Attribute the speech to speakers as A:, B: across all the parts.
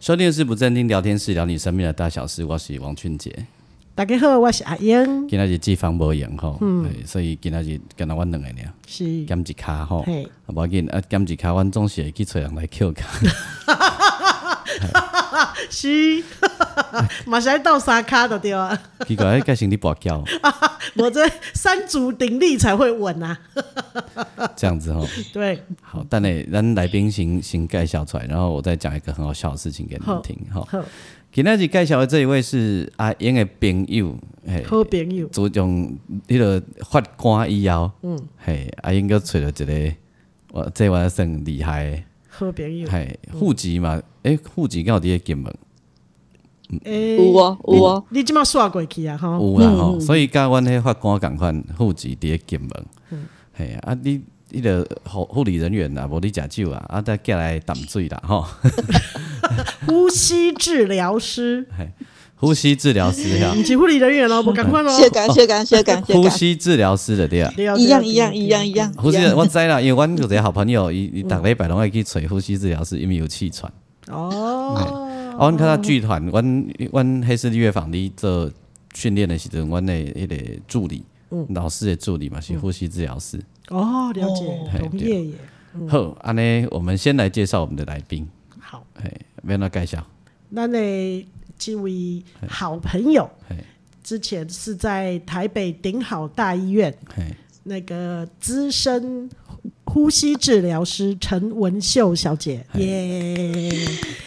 A: 收听的是不正经聊天室，聊你身边的大小事。我是王俊杰，
B: 大家好，我是阿英，
A: 今仔日季芳无闲吼，对所以今仔日今仔阮两个尔
B: 是，
A: 减一卡吼，
B: 嘿，
A: 啊无要紧啊，减一卡，阮总是会去找人来扣卡。
B: 是， 嘛是爱斗三卡的对啊，
A: 奇怪，哎迄个身体跋筊
B: 我这三足鼎立才会稳啊，
A: 这样子吼。
B: 对，
A: 好，但呢，咱来宾先先介绍出来，然后我再讲一个很好笑的事情给你们听吼。
B: 好，
A: 今仔日介绍的这一位是阿英的朋友，嘿，
B: 好朋友，
A: 自从迄个法官以后，嗯，嘿，阿英佫找了一个，我这我算厉害的。
B: 好朋友，
A: 系户籍嘛？诶，户籍敢有伫咧金门
B: 诶
C: 有哦，有哦，
B: 你即马刷过去啊，吼，
A: 有啦吼，所以甲阮迄法官共款，户籍伫咧金门。系啊，啊你迄个护护理人员啦，无你食酒啊，啊再寄来淡水啦吼，
B: 呼吸治疗师，
A: 呼吸治疗师呀，
B: 毋是护理人员咯，无共款咯，
C: 谢感谢感谢感谢
A: 呼
C: 感，
A: 吸治疗师的对啊。
B: 对啊
C: 一样
B: 对啊
C: 一样
B: 对啊
C: 一样一样，
A: 呼吸
C: 一，样
A: 我知啦，因为阮有一个好朋友，伊伊逐礼拜拢会去找呼吸治疗师，因为有气喘。
B: 哦，
A: 啊，阮较早剧团，阮阮黑势力乐坊哩做训练的时阵，阮的迄个助理，老师的助理嘛是呼吸治疗师。
B: 哦，了解，
A: 嘿
B: 同业耶，
A: 好，安尼我们先来介绍我们的来宾，
B: 好，
A: 哎，要哪介绍？
B: 咱的这位好朋友
A: 嘿，
B: 之前是在台北顶好大医院
A: 嘿，
B: 那个资深呼吸治疗师陈文秀小姐，耶！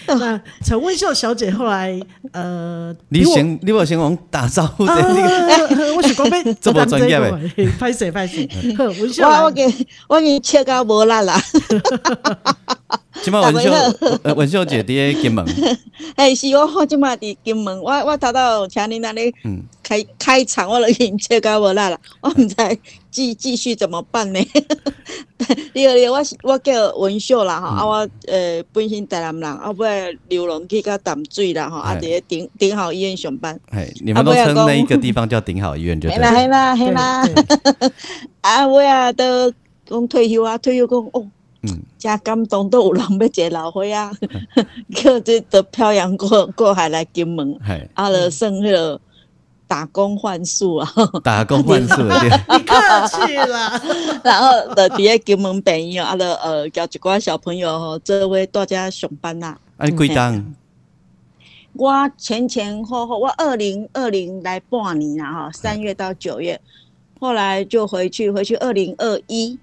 B: 那陈文秀小姐后来呃，
A: 你
B: 比我
A: 先，你要先往打招呼的 那个，
B: 呃 呃我是讲被
A: 这么专业的
B: 拍谁拍谁，呵文秀啊
C: 我我
B: 来，
C: 给我给切到无力啦，
A: 即摆文秀，呃文秀姐伫金门，
C: 哎，是我好即马伫金门，我我头头请恁安尼
A: 嗯，
C: 开开场，我已经切到无力啦，我毋知继继续怎么办呢？ 你好，你好，我是我叫文秀啦吼，
A: 嗯
C: 啊我呃本身台南人，啊尾流浪去到淡水啦吼，啊
A: 嘿
C: 伫咧顶顶好医院上班，
A: 嘿，你们都称那一个地方叫顶好医院，就
C: 嘿
A: 对
C: 啦
A: 了。
C: 嘿啦嘿
B: 对
C: 啦。
B: 对
C: 啊，我啊都讲退休啊，退休讲哦，
A: 嗯
C: 真感动，都有人要坐老伙啊， 叫这都漂洋过过海来金门，
A: 嘿，
C: 啊，就算迄个打工换宿啊，
A: 打工换宿的对，
B: 你客气了，
C: 然后就伫咧金门朋友啊，就呃交一寡小朋友吼，做伙大家上班啦、
A: 啊，你几档？
C: 我前前后后，我二零二零来半年啦
A: 嗯
C: 哈，三月到九月，后来就回去，回去二零二一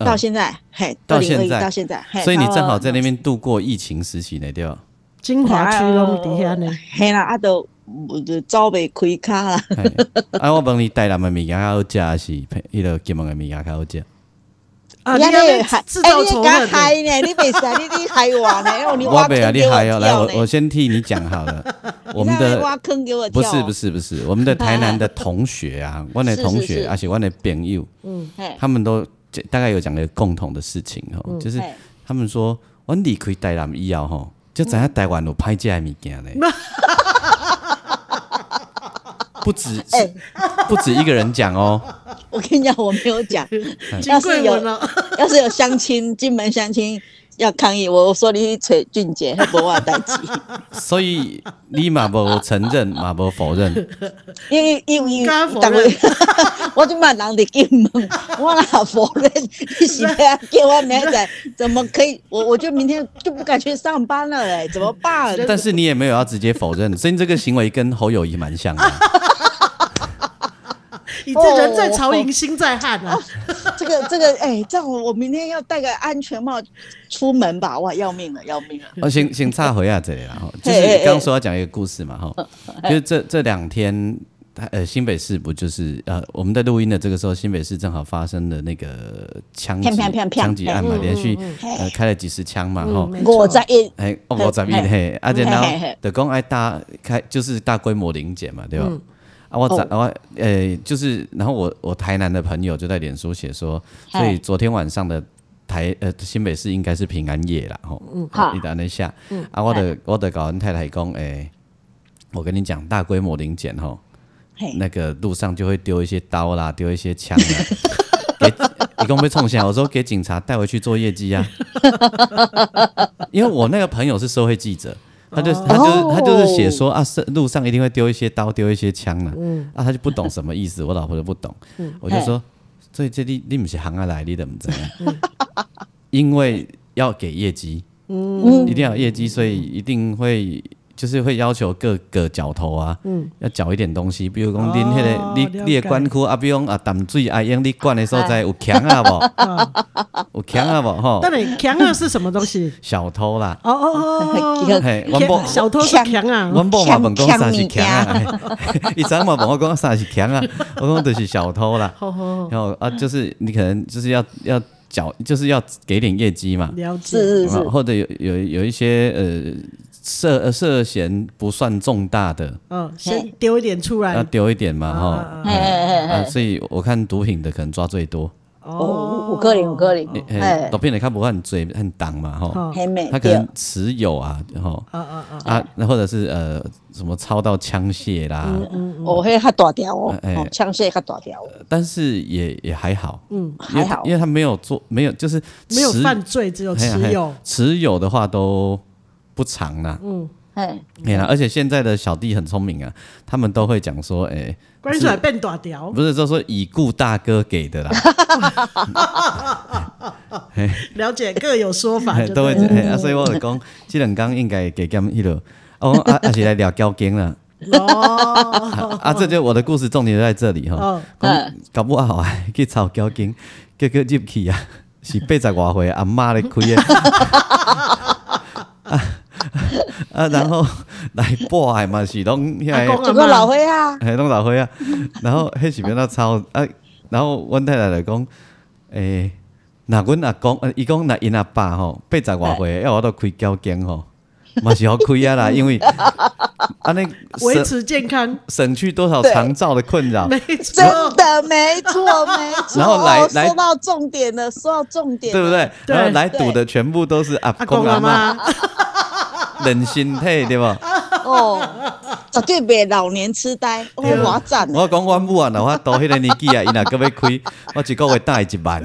A: 嗯
C: 到现在，嘿，
A: 到
C: 2021
A: 现在
C: 到现在，嘿
A: 所以你
C: 到
A: 正好在那边度过疫情时期呢，对吧？
B: 金华区拢伫遐呢，
C: 嘿啦，啊都有就走袂开卡啦。
A: 嘿啊，我问你，台南的物件较好食，还是迄个金门的物件较好食？
B: 啊，你
C: 你
B: 要
C: 安尼
B: 被
C: 害
B: 制造仇
C: 哎哎你
B: 恨
C: 敢
B: 呢
C: 害。呢？你袂使，你你害我 呢？哦，你
A: 我
C: 挖
A: 被啊，
C: 坑
A: 你
C: 给我
A: 嗨哦！来，
C: 跳
A: 我
C: 呢？
A: 我先替你讲好 了，我们
C: 你让
A: 的
C: 人挖坑给我跳
A: 不
C: 哦，
A: 是不是不是，我们的台南的同学 啊，我的同
C: 是是
A: 学，
C: 是
A: 而且我的朋友，
C: 嘿，嗯
A: 他们都大概有讲了共同的事情哦，就是
C: 嘿
A: 他们说，我离开台南以后吼，就知影台湾有歹食的物件 嘞。不止是
C: 哎
A: 不止一个人讲哦，
C: 我跟你讲，我没有 讲。
A: 哎
B: 金贵文啊了，
C: 要是有相亲，金门相亲要抗议，我我说你去找俊杰，那不我代志，
A: 所以你嘛无承认，嘛无否认，
C: 因为因为因
B: 敢
C: 为
B: 否
C: 但我
B: 认
C: 我就骂人伫金门，我哪否认？你是要给我明仔载怎么可以？我我就明天就不敢去上班了哎、怎么办？
A: 但是你也没有要直接否认，所以你这个行为跟侯友谊蛮像 的。
B: 你这人在曹营心在汉啊！
C: 这个这个，哎、这样我我明天要戴个安全帽出门吧，哇，要命了，要命了！
A: 哦，先先岔回啊，这里啦，哈，就
C: 嘿哦
A: 是
C: 嘿
A: 刚刚说要讲一个故事嘛，哈，就是这这两天呃新北市不就是呃我们在录音的这个时候，新北市正好发生了那个枪击
C: 啪啪啪啪
A: 枪击案嘛，
B: 嗯
A: 连续
B: 嗯
C: 嗯
A: 呃开了几十枪嘛，
B: 嗯
A: 吼。
B: 没错
C: 五十一，
A: 哎，哦，五十米
C: 嘿
A: 嘿，啊，
C: 嗯
A: 然
C: 嘿嘿
A: 后
C: 嘿
A: 就讲爱大开，就是大规模零检嘛，对吧？
B: 嗯
A: 啊，我
C: 哦
A: 早我呃，就是，然后我我台南的朋友就在脸书写说，所以
C: 嘿
A: 昨天晚上的台呃新北市应该是平安夜啦，吼，
C: 嗯好嗯
A: 你等一下，啊，我的我的搞阮太太讲，诶，我跟你讲，大规模零检吼，
C: 嘿，
A: 那个路上就会丢一些刀啦，丢一些枪啦。 给你跟我被冲下，我说给警察带回去做业绩啊，因为我那个朋友是社会记者，他就他就他就是写说啊，是路上一定会丢一些刀，丢一些枪啊，啊，他就不懂什么意思，我老婆就不懂，我就说，所以这里你不是行啊来，你怎么怎
B: 嗯
A: 样？因为要给业绩，
C: 嗯
A: 一定要有业绩，所以一定会就是会要求各个角头啊，要缴一点东西，比如讲恁迄
B: 嗯哦
A: 个你
B: 了解哎
A: 你的管区啊，比如讲啊淡水啊，因你管 的所在有强啊无？有强啊无吼？
B: 但你强啊是什么东西？
A: 小偷啦，
B: 哦哦哦，
A: 嘿，阮某
B: 强小偷是强啊，
A: 阮某嘛问讲
C: 强
A: 啥是强
C: 强
A: 啊， 伊昨嘛问我讲啥是强 啊，我讲就是小偷啦，
B: 吼吼，
A: 然后啊就是你可能就是要要缴，就是要给点业绩嘛，
B: 了解，
C: 是是
A: 啊
C: 是，
A: 或者有有有一些呃涉呃涉嫌不算重大的，
B: 嗯，先丢一点出
A: 要
B: 来，
A: 丢一点嘛
B: 啊
A: 哈。
C: 嘿嘿嘿
A: 啊，
C: 嘿，
A: 所以我看毒品的可能抓最多，
B: 哦
C: 哦，，有可能有可能，
A: 哎，
C: 哎
A: 毒，品的看不很嘴很挡嘛哈，
B: 哦，
C: 嘿美
A: 他可
C: 对，
A: 能持有啊，哈
B: 啊啊啊，
A: 啊，那或者是呃什么操到枪械啦，
B: 嗯
C: 哦，迄较大条哦，
A: 哎
C: 哦枪械较大条哦，
A: 但是也也还好，嗯，
C: 还好
A: 因为他没有做，没有就是
B: 没有
A: 持
B: 犯罪，只有
A: 嘿啊
B: 持
A: 嘿
B: 有，
A: 持有的话都不长啦，
C: 嘿，
A: 哎
B: 嗯
A: 呀，而且现在的小弟很聪明啊，他们都会讲说，哎、
B: 关出来变大条，
A: 不是，就说已故大哥给的啦，
B: 了解各有说法， 就
A: 都会
B: 对了嗯
A: 嘿啊，所以我就讲，这两天应该给减迄落，啊我讲 啊啊是来聊交警啦，
B: 哦，
A: 啊啊，这就我的故事重点就在这里哈，
B: 哦，
A: 讲搞不好啊去吵交警，结果入去啊，是八十外岁的阿嬷咧开的。 啊 啊，然后来播的嘛是拢
B: 阿
A: 遐
B: 公
A: 个
B: 阿
C: 这个老伙啊，
A: 嘿，拢老伙啊。然后迄是变哪操啊？然后阮太太就讲，诶、若阮阿公，呃伊讲若因阿爸吼，八十外岁，要我都开交警吼，嘛是好开啊啦，因为安尼
B: 维
A: 省
B: 持健康，
A: 省去多少
C: 对
A: 长照的困扰
B: 没。
C: 真
B: 错，
C: 的没错没错，
A: 然后来
C: 哦
A: 来
C: 说到重点了，说到重点，
A: 对不？对？
B: 对
A: 然后来赌的全部都是阿
B: 阿
A: 公
B: 公
A: 阿
B: 阿
A: 妈，
B: 妈，
A: 冷心体对不？
C: 哦，绝对别老年痴呆，哦，
A: 对啊
C: 我赞
A: 我讲阮母啊，若我到迄个年纪啊，伊若搁要开，我一个月带一万。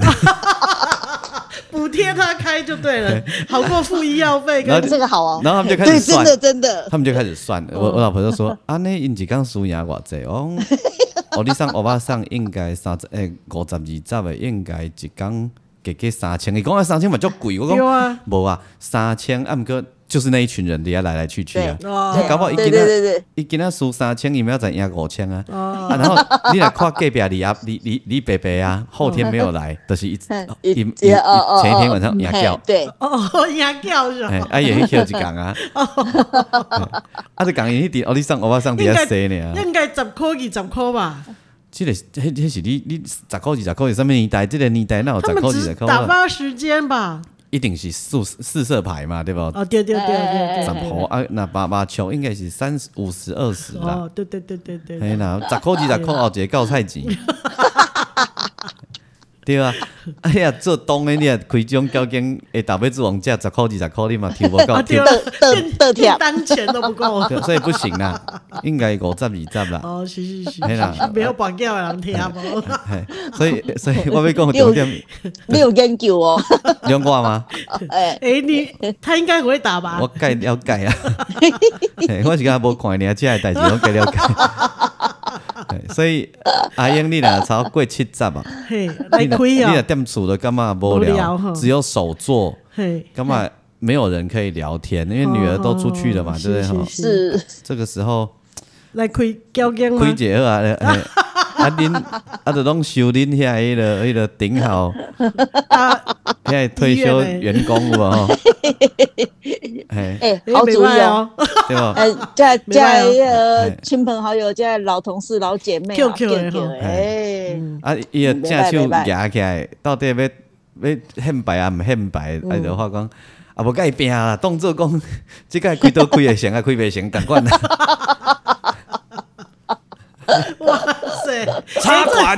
B: 补贴他开就对了，好过付医药费
A: 然
B: 跟
A: 后
C: 这个好哦，
A: 然后他们就开
C: 对，
A: 始
C: 真
A: 算，
C: 的真的，
A: 他们就开始算了。我我老婆就
C: 嗯
A: 说：“啊，那因一讲输赢偌济哦， 我你上欧巴上应该三十诶五十二十诶，应该一讲加加三千。伊讲啊三千嘛足贵，我
B: 对
A: 讲
B: 啊
A: 无啊三千，啊毋过就是那一群人伫遐来来去去啊
C: 对。
B: 哦
A: 搞不好伊
C: 对
A: 今
C: 对
A: 仔
C: 对对，
A: 伊今仔输三千，伊明仔载赢五千啊。 啊，然后你来看隔壁李啊李李李伯伯啊，后天没有 来，就是一哦
C: 嗯
A: 一一一前一天晚上赢掉
C: 哦嘿。对，
B: 哦，牙掉 是
A: 哎
B: 吧？，
A: 啊，也去捡一工 啊，啊，就讲伊迄伫，哦，你送我我送伫
B: 应
A: 遐
B: 该
A: 洗呢，
B: 应该十块二十块吧，
A: 即个是迄迄是你你十箍二十箍是啥物年代？即个年代哪有
B: 他
A: 十
B: 们
A: 箍二
B: 只
A: 十箍
B: 打
A: 啊？
B: 发时间吧。
A: 一定是四四色牌嘛，对无？
B: 哦，对对对对
C: 哎
A: 十
B: 对，
A: 箍啊，那八八球应该是三十五十二十啦，
B: 哦，对对对对对，
A: 嘿啦，十箍二十箍后一个教 菜钱。对啊，哎呀，做东的你啊，开种交警，会打尾子王者十箍二十箍你嘛抽无 够
B: 啊对
A: 抽
B: 了，
C: 得得得
B: 一
C: 跳，
B: 单钱都不够。
A: 对所以不行啦，应该五十二十啦。
B: 哦，是是是
A: 嘿啦
B: 是，没有绑架的人啊听无？
A: 嘿，所以所以我要讲的重点，
C: 你有研究哦，
A: 用我吗？
C: 哎，
B: 哎，你他应该不会打吧
A: 我？改了解啊， 嘿我是刚无看你啊，这个代志我改了解。 嘿所以阿英，你若超过七十啊，
B: 嘿，
A: 你
B: 来
A: 若
B: 亏
A: 你若
B: 啊！
A: 踮厝了，干嘛无
B: 无聊吼
A: 聊？只有手做，
B: 嘿，
A: 干嘛没有人可以聊天？因为女儿都出去了嘛，
B: 哦
A: 对不对？
B: 是
A: 吼
B: 是是
C: 是
A: 这个时候
B: 来开交警吗
A: 亏？姐二啊，哎哎啊恁啊就拢收恁遐迄个迄个顶号，
B: 啊，
A: 遐退休员工有无 吼？嘿，
C: 哎，
B: 哎
C: 好
B: 没
C: 主意
B: 办法
C: 哦。
B: 哦。
A: 对无？
C: 呃，在
B: 没办
C: 在
B: 法哦
C: 呃
A: 哎
C: 亲朋好友，在老同事、老姐妹啊，
B: Q Q 的吼
C: 的哎，
A: 啊，伊个
C: 嗯
A: 正手
C: 袂歹
A: 举起来，到底要要显摆啊，毋显摆？
C: 嗯
A: 啊，就话讲，啊，无甲伊拼啦，当做讲， 即个开刀开会成啊，开袂成，同款 啦，
B: 哇塞，
A: 插管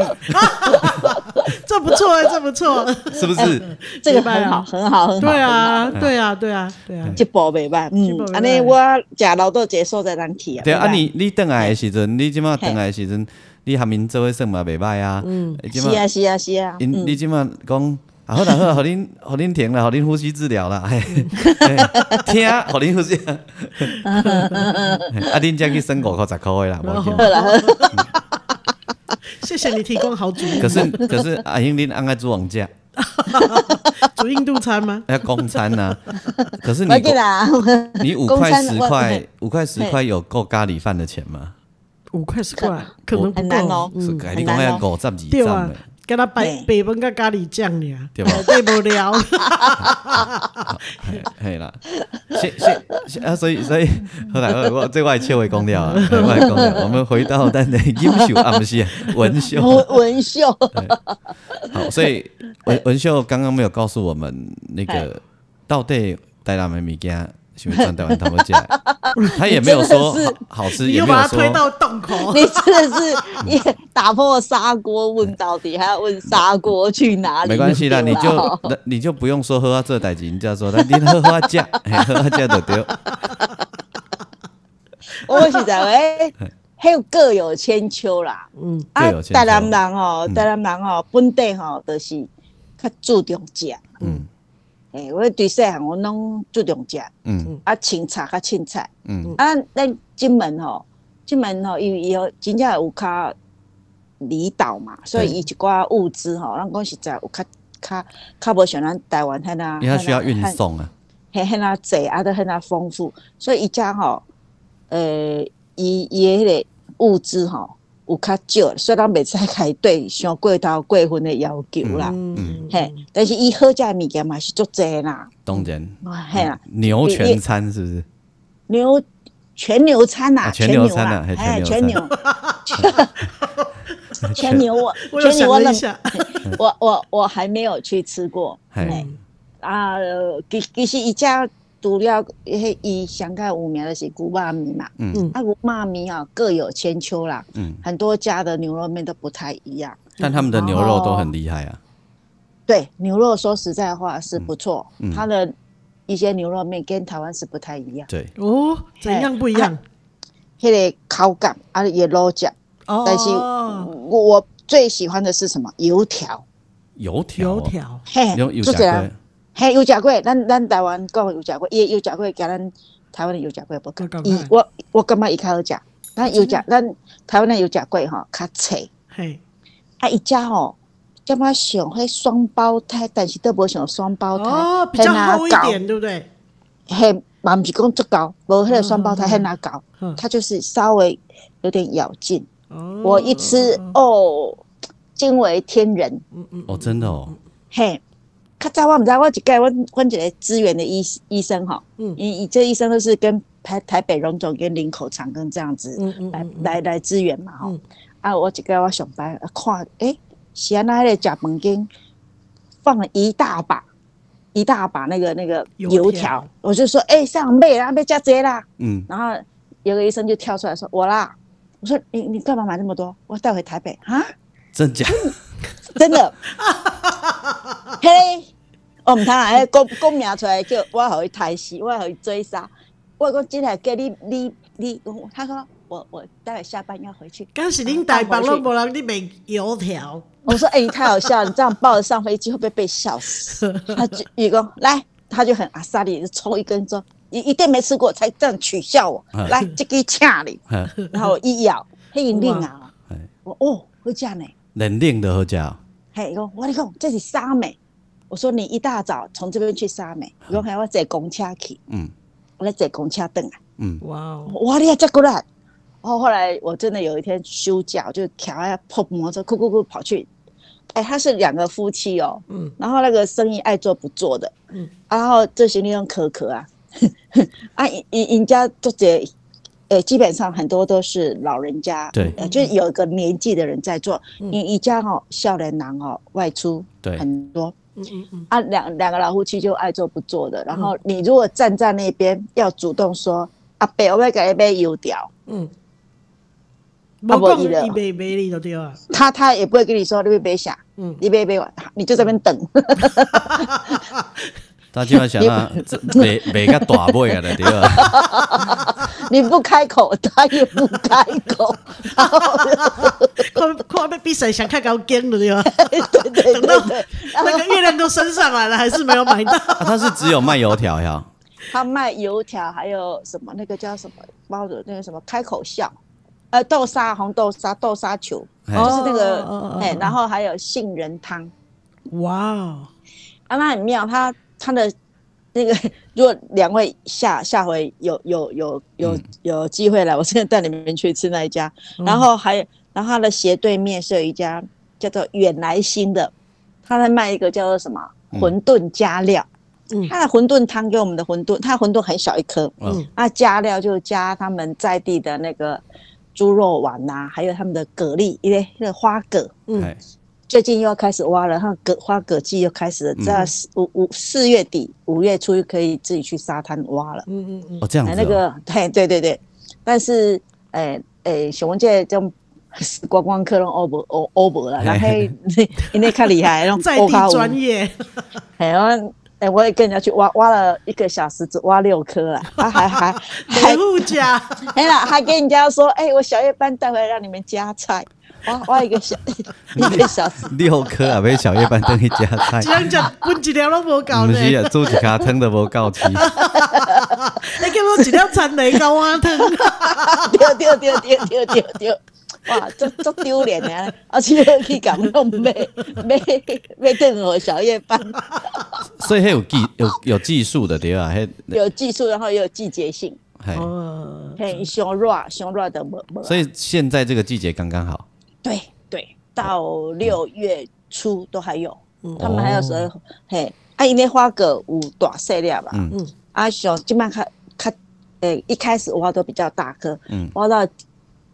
B: 这不错，这不 错。
A: 是不是？
C: 这个
B: 明白
C: 很好，
B: 了
C: 很好，很好。
B: 对啊，
A: 嗯
B: 对啊，对啊，对啊。
C: 这步袂歹，
B: 这
C: 嗯
B: 步，
C: 安
B: 袂
C: 尼
B: 歹
C: 我食老豆这所在人去啊。
A: 对
C: 袂
A: 啊，
C: 歹
A: 你你倒来的时阵，你即马倒来的时阵，你含因做伙算嘛袂歹啊。嗯，即
C: 是
A: 马
C: 啊是啊是啊，
A: 因你即马讲。啊，好啦好啦，互恁互恁停啦，互恁呼吸治疗啦，嘿，嘿听，互恁呼吸。嘿啊，恁才去省五箍十箍的啦，
C: 哦
A: 无要 紧。
B: 谢谢你提供好主意
A: 可。是可是阿英恁安爱做网架，
B: 煮印度餐吗？
A: 要公餐呐、可是你
C: 没给啦，
A: 你五
C: 公
A: 块
C: 餐
A: 十
C: 我
A: 块
C: 嘿，
A: 五块十块有够咖喱饭的钱吗？
B: 五块十块，可能不
C: 很难
B: 够。
C: 哦
A: 是，哎
C: 嗯
A: 你
C: 很
A: 讲
C: 难
A: 要
C: 哦。
A: 五十二
B: 对
A: 站
B: 啊
A: 的，，
B: 给他白
C: 嘿
B: 白饭跟咖喱酱俩，
A: 对吧
B: 对不 了。
A: 嘿嘿啦，现现现啊，所以所以后来我我这外切回公掉啊， 嘿我也讲了，我们回到咱的优秀啊，不是文秀。
C: 文文秀，
A: 好，所以文文秀刚刚没有告诉我们那个到底台南的米件是不是赚台湾他们家，他也没有说
C: 你真的是
A: 好好吃，
B: 你
A: 也
B: 又
A: 没有
B: 把它推
A: 说
B: 到洞口，
C: 你真的是也打破砂锅问到底，还要问砂锅去哪里？
A: 没关系啦，
C: 对
A: 你就那你就不用说喝啊这代志，你就说那你喝喝啊价，嘿喝啊价就对。
C: 我是在哎，还有各有千秋啦。
B: 嗯，
C: 啊
A: 各有，千秋嗯
C: 台南人吼，台南人吼，本地吼，就是较注重食。
A: 嗯
C: 诶，我对细汉我拢注重食，
A: 嗯
C: 啊，青菜较凊菜。
A: 嗯
C: 啊，咱金门吼，金门吼，因为伊有真正有较离岛嘛，所以伊一寡物资吼，咱讲实在有较较较无像咱台湾迄啊，
A: 因为它需要运
C: 那，
A: 送啊，
C: 迄迄啊济，啊都迄啊丰富，所以伊遮吼，呃，伊伊诶迄个物资吼有较少，所以咱袂使开对上过头过分的要求啦。
B: 嗯，
C: 嘿，但是伊好食的物件嘛是足济啦，
A: 当然。
C: 哇嘿啦，
A: 牛全餐是不是？
C: 牛全牛餐呐、
A: 啊全
C: 全
A: 牛餐
C: 啦
A: 啊，
C: 哎，
A: 嘿全
C: 全
A: 牛
C: 牛， 全牛我，
B: 我又
C: 全
B: 想
C: 牛我
B: 了
C: 那
B: 一下，
C: 我我我还没有去吃过
A: 嘿，
C: 啊。呃其其实一家除了迄伊上盖有名的是牛肉面嘛，
A: 嗯
C: 啊，牛肉面啊各有千秋啦，
A: 嗯，
C: 很多家的牛肉面都不太一样。
A: 但他们的牛肉都很厉害啊，
C: 对，牛肉说实在话是不错，
A: 嗯嗯
C: 它的一些牛肉面跟台湾是不太一样，
A: 对，
B: 哦，怎样不一样？
C: 迄、个口感啊也老酱。
B: 哦，
C: 但是我我最喜欢的是什么？油条，
A: 油条
B: 油
A: 哦，
B: 条，
C: 嘿
A: 用油，
C: 就这
A: 炸
C: 样
A: 龟，，
C: 嘿，油炸粿，咱咱台湾讲的油炸粿，伊的油炸粿甲咱台湾的油炸粿不
B: 不
C: 同
B: 同，
C: 伊
B: 嘿
C: 我我感觉伊较好食，咱油
B: 啊
C: 炸咱台湾的油炸粿吼较脆，
B: 嘿，
C: 啊，伊家吼。叫嘛想迄双胞胎，但是都无想双胞胎，
B: 哦，比较厚一点，对不对？
C: 嘿，嘿，嘛毋是讲足高，无迄个双胞
B: 嗯
C: 胎
B: 嗯嗯
C: 很难搞
B: 嗯，
C: 它就是稍微有点咬劲。
B: 哦，
C: 我一吃哦，惊为天人，
B: 嗯，嗯嗯，
A: 哦，真的哦，
C: 嘿，较早我毋知，我一届阮阮一个支援的医医生吼，
B: 嗯
C: 伊伊这医生都是跟台台北荣总跟林口长庚这样子
B: 嗯嗯
C: 来、
B: 嗯嗯
C: 来来支援嘛吼。
B: 嗯
C: 啊，我一届我上班啊看，诶、是安那迄个食饭间放了一大把一大把那个那个
B: 油
C: 油
B: 条
C: 条，我就说，诶、上妹啦，要加这啦。
A: 嗯，
C: 然后有个医生就跳出来说，我啦。我说你你干嘛买那么多？我带回台北啊。
A: 真假？
C: 真的。嘿，我毋通啊！迄讲讲名出来，叫我互伊杀死，我互伊追杀。我讲真系叫你你你，他说我我待会下班要回去。
B: 刚是恁台北拢无人咧卖油条，
C: 我说哎、你太好笑了，你这样抱着上飞机会不会被笑死？他就雨公来，他就很阿萨利，就抽一根说你一定没吃过，才这样取笑我。
A: 嗯
C: 来，这个掐你，
A: 嘿
C: 然后我一咬，嘿，令啊！
A: 嘿
C: 我哦，会这样呢。
A: 冷冷的好食哦，
C: 嘿，伊讲我跟你讲，这是沙美。我说你一大早从这边去沙美，伊讲还要坐公车去，
A: 嗯
C: 我来坐公车等来。
A: 嗯，
B: 哇哦，
C: 我你也坐过来，哦后后来我真的有一天休假，我就调下破摩托车，哭哭哭跑去。哎，他是两个夫妻哦，
B: 嗯
C: 然后那个生意爱做不做的，
B: 嗯
C: 然后这行李用可可啊， 啊，人人人家都这，呃，基本上很多都是老人家，
A: 对
C: 呃就是有一个年纪的人在做，
B: 嗯
C: 你一家哦，少年郎哦，外出
A: 对
C: 很多
B: 嗯嗯嗯，
C: 啊，两两个老夫妻就爱做不做的，然后你如果站在那边要主动说，阿伯，我要给你买油条，
B: 嗯，
C: 啊
B: 无
C: 无伊就
B: 讲伊袂买你就对啊，
C: 他他也不会跟你说你要买啥，
B: 嗯，
C: 你买买完，你就在那边等。
A: 他今晚想啊，这卖卖个大尾啊，就对啊，
C: 你不开口，他也不开 口。
B: 看看被比谁想看高更的对 吧？
C: 对对对
B: 等到
C: 对，
B: 那个月亮都升上来了，还是没有买 到。
A: 啊他是只有卖油条呀，
C: 他卖油条，还有什么那个叫什么包子，那个什么开口笑，呃，豆沙红豆沙豆沙球，
A: 嘿
C: 就是那个
B: 哦哦哦
C: 哎、
B: 哦
C: 然后还有杏仁汤
B: 哇哦，
C: 啊，那很妙，他他的。那个，如果两位下下回有有有有
A: 嗯
C: 有机会来，我真的带你们去吃那一家。然后还有，然后它的斜对面是有一家叫做远来新的，他在卖一个叫做什么
A: 嗯
C: 馄饨加料，
B: 嗯
C: 它的馄饨汤给我们的馄饨，它的馄饨很小一颗，
A: 嗯
B: 嗯
C: 那加料就加他们在地的那个猪肉丸呐、还有他们的蛤蜊，因为那个花蛤。
B: 嗯
A: 哎，
C: 最近又要开始挖了，它蛤花蛤季又开始了，在四五五四月底五月初就可以自己去沙滩挖了。
B: 嗯嗯
A: 哦这样子
C: 哎，
A: 哦，
C: 那个 对对对对，但是诶诶，熊文这种观光客拢欧博欧欧博啦，然后 因为较厉害，那
B: 嗯，
C: 种
B: 在
C: 欧
B: 地
C: 卡
B: 专业，
C: 哎，我哎我也跟人家去挖挖了一个小时，只挖六颗 啦，啊还还
B: 维
C: 还
B: 护 家，
C: 哎啦，还跟人家说，哎，我小夜班带回来让你们加菜，挖挖一个小 一个小时，
A: 六颗啊，被小夜班等一家菜
B: 这，样讲分一条都无够
A: 不
B: 呢。
A: 是啊，煮一卡汤都无够吃，
B: 你叫哎我一条残雷高啊 汤，
C: 丢丢丢丢丢丢丢。哇，足足丢脸啊的，而且去讲弄 买买买顿我小夜班，
A: 所以迄有技有有技术的对啊，迄
C: 有技术，然后也有季节性，
A: 嘿，
B: 哦，
C: 嘿，熊热熊热的没没，
A: 所以现在这个季节刚刚好，
C: 对对，到六月初都还有，
B: 嗯
C: 他们还有时
A: 哦
C: 候嘿，啊，因为花蛤有大细粒吧，
A: 嗯
B: 嗯
C: 啊，熊今麦较较诶，一开始挖都比较大颗，
A: 嗯
C: 挖到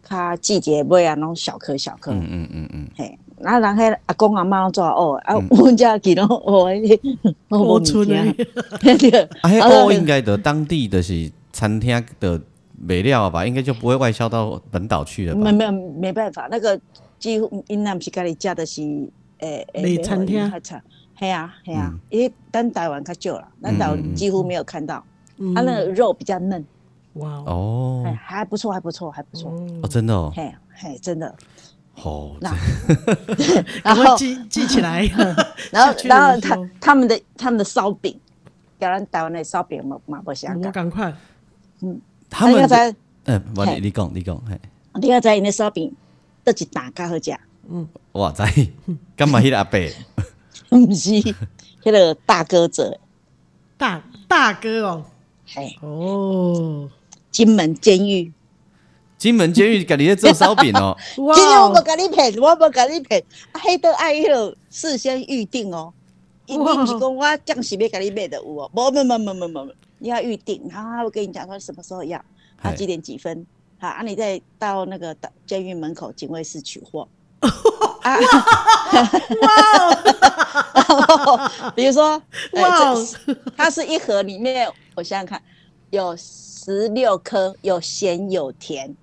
C: 它季节尾啊，拢小颗小颗，
A: 嗯嗯嗯嗯，
C: 嘿，啊，人迄阿公阿妈拢做学，啊，阮遮其拢学 迄个，
B: 我
C: 学哦物
B: 村
C: 件
B: 的，
C: 对 对，
A: 啊，迄
C: 啊
A: 哦应该的当地的是餐厅的没料吧，应该就不会外销到本岛去了吧
C: 没？没没办法，那个几乎因那不是家己食，就是诶
B: 美餐厅
C: 较差。系啊系啊，因为咱台湾较少啦，咱台湾几乎没有看到，
B: 嗯
C: 它啊那个肉比较嫩，
B: 哇哦，
C: 哎，
A: 哦
C: 还不错，还不错，还不
B: 嗯
C: 错，
A: 哦，真的哦，
C: 嘿啊嘿，真的。
A: 哦，
C: 那
B: 赶
C: 然
B: 快
C: 后
B: 记记起 来。
C: 嗯 然后
B: 去
C: 然后
B: 研究
C: 他他们的他们的烧饼，跟咱台湾的烧饼嘛嘛不相
B: 我
C: 干。
B: 赶快，
A: 他们
C: 你
A: 的
C: 知
A: 嗯，我你
C: 嘿
A: 你讲你讲，嘿，
C: 你要知因的烧饼，倒一打较好食，
A: 哇塞，干嘛迄个阿伯？
C: 不是迄个大哥做的，
B: 大大哥哦，
C: 嘿，
B: 哦，
C: 金门监狱。
A: 金门监狱家己咧做烧饼哦，
B: 哇
C: 今天我无
B: 哦，
C: 甲你骗，我无甲你骗，啊，迄都爱迄落事先预定哦。伊
B: 哇
C: 你毋是讲我暂时要甲你买的有哦，无无无无无无，你要预定，然后他会跟你讲说什么时候要，啊
A: 嘿
C: 几点几分，好啊你再到那个监狱门口警卫室取 货。 啊，比如说，哎
B: 哇哦
C: 这它是一盒里面，我想想看，有十六颗，有咸有甜，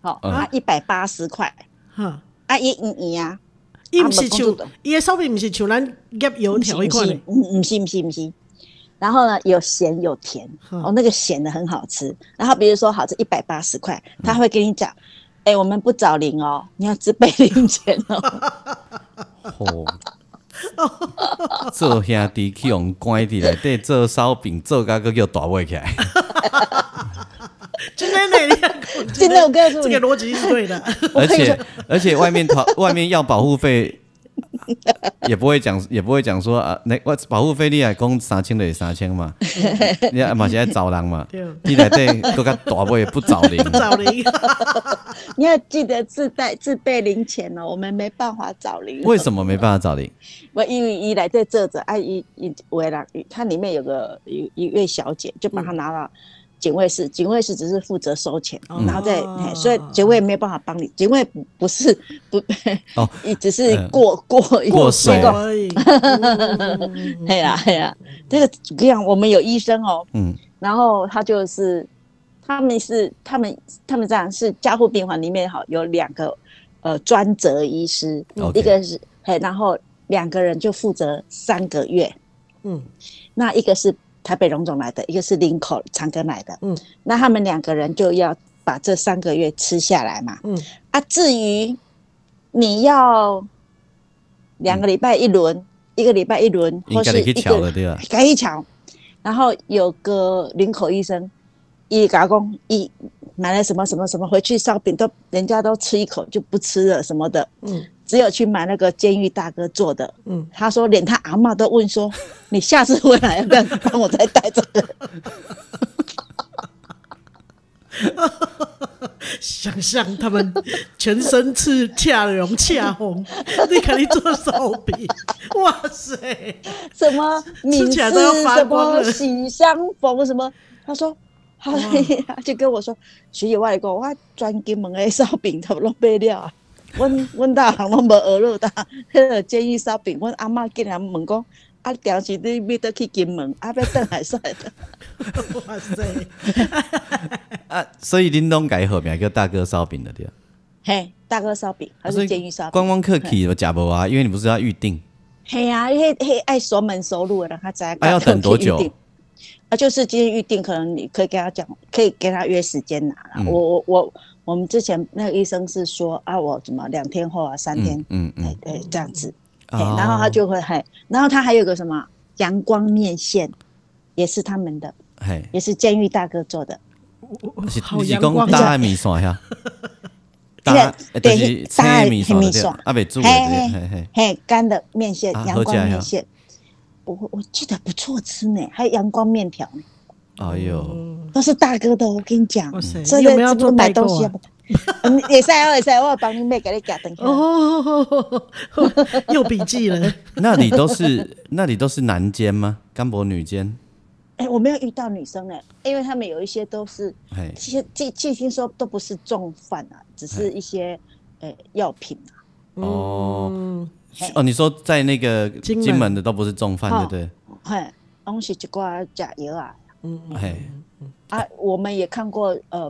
C: 好、
A: 嗯
C: 它一百八十块，
B: 哈，
C: 啊，伊圆圆啊，
B: 伊毋是
C: 啊不不
B: 像伊的烧饼毋是像咱夹油
C: 不是
B: 条一
C: 不
B: 款
C: 是
B: 的，，
C: 嗯，唔是唔是唔是。然后呢，有咸有甜，
B: 嗯
C: 哦，那个咸的很好吃。然后比如说，好，这一百八十块，他会跟你讲，哎、我们不找零哦，你要自备零钱哦。
A: 哦，做兄弟去用关伫内底做烧饼，做甲个叫大尾起来，
B: 真的呢，你看我觉
C: 真的，我
B: 得
C: 告诉
B: 这
C: 你
B: 个，逻辑是对的，
A: 而且而且外面团外面要保护费也不会讲，也不会讲说啊，那我保护费你来讲三千就是三千 嘛，你啊嘛是爱找人嘛
B: 对，
A: 你内底更较大尾不找 零，
B: 找零，
C: 你要记得自带自备零钱哦，我们没办法找零。哦
A: 为什么没办法找零？
C: 我因为一来在这着，啊，一一为了它里面有个一一位小姐，就把她拿到警卫室，警卫室只是负责收钱，
B: 嗯
C: 然后再、嘿
B: 哦
C: 所以警卫没有办法帮你，警卫不不是不，
A: 哦
C: 也只是
A: 嗯
C: 过、过一
A: 过
C: 个
A: 水
B: 水
A: 对
B: 而已。嗯
C: 哎呀哎呀，这个这样我们有医生哦，
A: 嗯，
C: 然后他就是，他们是他们他们这样是加护病房里面好有两个呃专责医师
A: OK
C: 一个是嘿，然后两个人就负责三个月，
B: 嗯
C: 那一个是台北荣总来的，一个是林口长庚来的，
B: 嗯，
C: 那他们两个人就要把这三个月吃下来嘛，
B: 嗯
C: 啊，至于你要两个礼拜一轮，一个礼拜一轮，
A: 应
C: 或
A: 该
C: 是
A: 你去
C: 一
A: 瞧
C: 个
A: 了对吧？
C: 可以抢。然后有个林口医生，一甲我讲，一买了什么什么什么，回去烧饼都人家都吃一口就不吃了什么的，
B: 嗯
C: 只有去买那个监狱大哥做的。
B: 嗯，
C: 他说，连他阿嬷都问说，你下次回来要不要帮我再带这个？
B: 想象他们全身赤恰绒恰红，你肯定做手笔，哇塞！
C: 什么
B: 吃
C: 闽
B: 起
C: 式
B: 来都要发
C: 什
B: 光了
C: 么喜相逢什么，他说，他
B: 哇
C: 他就跟我说，徐姐我来讲，我专金门的烧饼都拢买了啊， 阮阮大行拢无学了哒，迄个监狱烧饼，阮阿嬷竟然问讲，啊，当时你要倒去金门，啊，要倒来 晒的，
B: 哇塞！
A: 啊，所以恁拢改好名叫大哥烧饼的对吧？
C: 嘿，大哥烧饼 还
A: 啊所
C: 是
A: 以
C: 监狱烧饼？
A: 观光客去有假无啊，因为你不是要预 定，
C: 嘿啊，迄迄爱熟门熟路的人，他才
A: 啊要等多久
C: 预定啊，就是今天预定，可能你可以跟他讲，可以跟他约时间拿啦。
A: 嗯
C: 我我我，我们之前那个医生是说啊，我怎么两天后啊，三天
A: 嗯，嗯
C: 哎、
A: 嗯，
C: 对、这样子、嘿
A: 哦
C: 然后他就会嘿，然后他还有个什么阳光面线，也是他们的，
A: 嘿，
C: 也是监狱大哥做的。
A: 是
B: 哦好
A: 你是
B: 阳
A: 讲
B: 光
A: 大
B: 啊！
A: 爱米线遐，大
C: 那个
A: 爱就
C: 对
A: 是
C: 大
A: 青的
C: 爱
A: 米
C: 黑
A: 线
C: 米
A: 对
C: 线
A: 了，啊，未煮的
C: 嘿
A: 对了，嘿嘿
C: 嘿，嘿，干的面线，
A: 啊
C: 阳、
A: 好吃
C: 光
A: 啊
C: 面线，我我记得不错吃呢，还有阳光面条呢，
A: 哎呦，
B: 嗯
C: 都是大哥的哦，我跟你讲。
B: 哇塞！
C: 所
B: 你
C: 以
B: 有没有做
C: 买
B: 代
C: 东
B: 购
C: 西
B: 啊？
C: 要不嗯也是啊，也是啊，我有帮你妹给你夹等啊下。
B: 哦，又笔记了。
A: 那里都是 那里都是男监吗？甘博女监？
C: 哎、我没有遇到女生呢、因为他们有一些都是，
A: 嘿，
C: 其实据据听说都不是重犯啊，只是一些呃药品啊。
A: 哦
B: 嗯，
C: 嘿
A: 哦，你说在那个
B: 金门
A: 金门的都不是重
C: 哦
A: 犯，对
C: 嘿，东西就挂假药啊
B: 嗯
A: 不对？嘿，
C: 啊！我们也看过呃，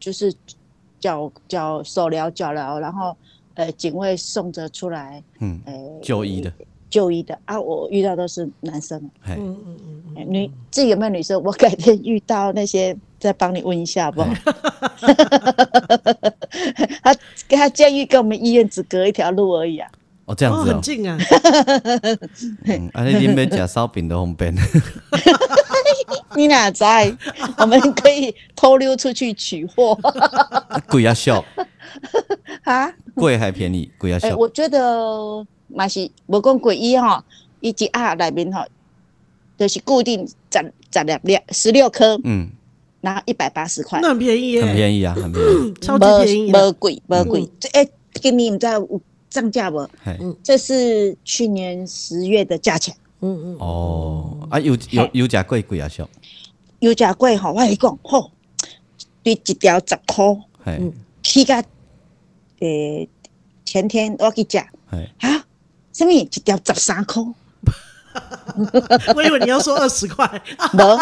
C: 就是脚脚手疗脚疗，然后呃警卫送着出来
A: 嗯，
C: 呃
A: 就医的，
C: 就医的啊，我遇到都是男生。啊
A: 嘿，
B: 嗯嗯嗯嗯，
C: 哎女，这有没有女生？我改天遇到那些再帮你问一下好不好？
B: 哎
C: 他跟他监狱跟我们医院只隔一条路 而已啊。
A: 哦，这样
B: 哦，
A: 子
B: 很
A: 哦，
B: 近啊。
A: 嗯，啊，你恁要食烧饼都方便，
C: 你哪在？我们可以偷溜出去取货
A: 啊贵啊俗，
C: 啊！
A: 贵还便宜，贵啊
C: 哎、
A: 俗，
C: 我觉得嘛是无讲诡异哈，一级盒内面哈，就是固定十十粒粒十六颗，
A: 嗯，
C: 然后一百八十块
B: 那。很便宜耶，
A: 很便宜啊，很便宜，
B: 超级便宜的。
C: 无贵无贵
B: 嗯。
C: 这哎，今年唔知道有涨价无？
A: 嘿，
C: 这是去年十月的价钱，
B: 嗯嗯，
A: 哦，啊，有有有食贵贵啊俗，
C: 油价贵吼，我跟你讲吼，对一条十块
A: 嘿，
B: 嗯
C: 起价，诶、呃前天我去食
A: 嘿，
C: 啊，什么一条十三块，
B: 我以为你要说二十块。
C: 无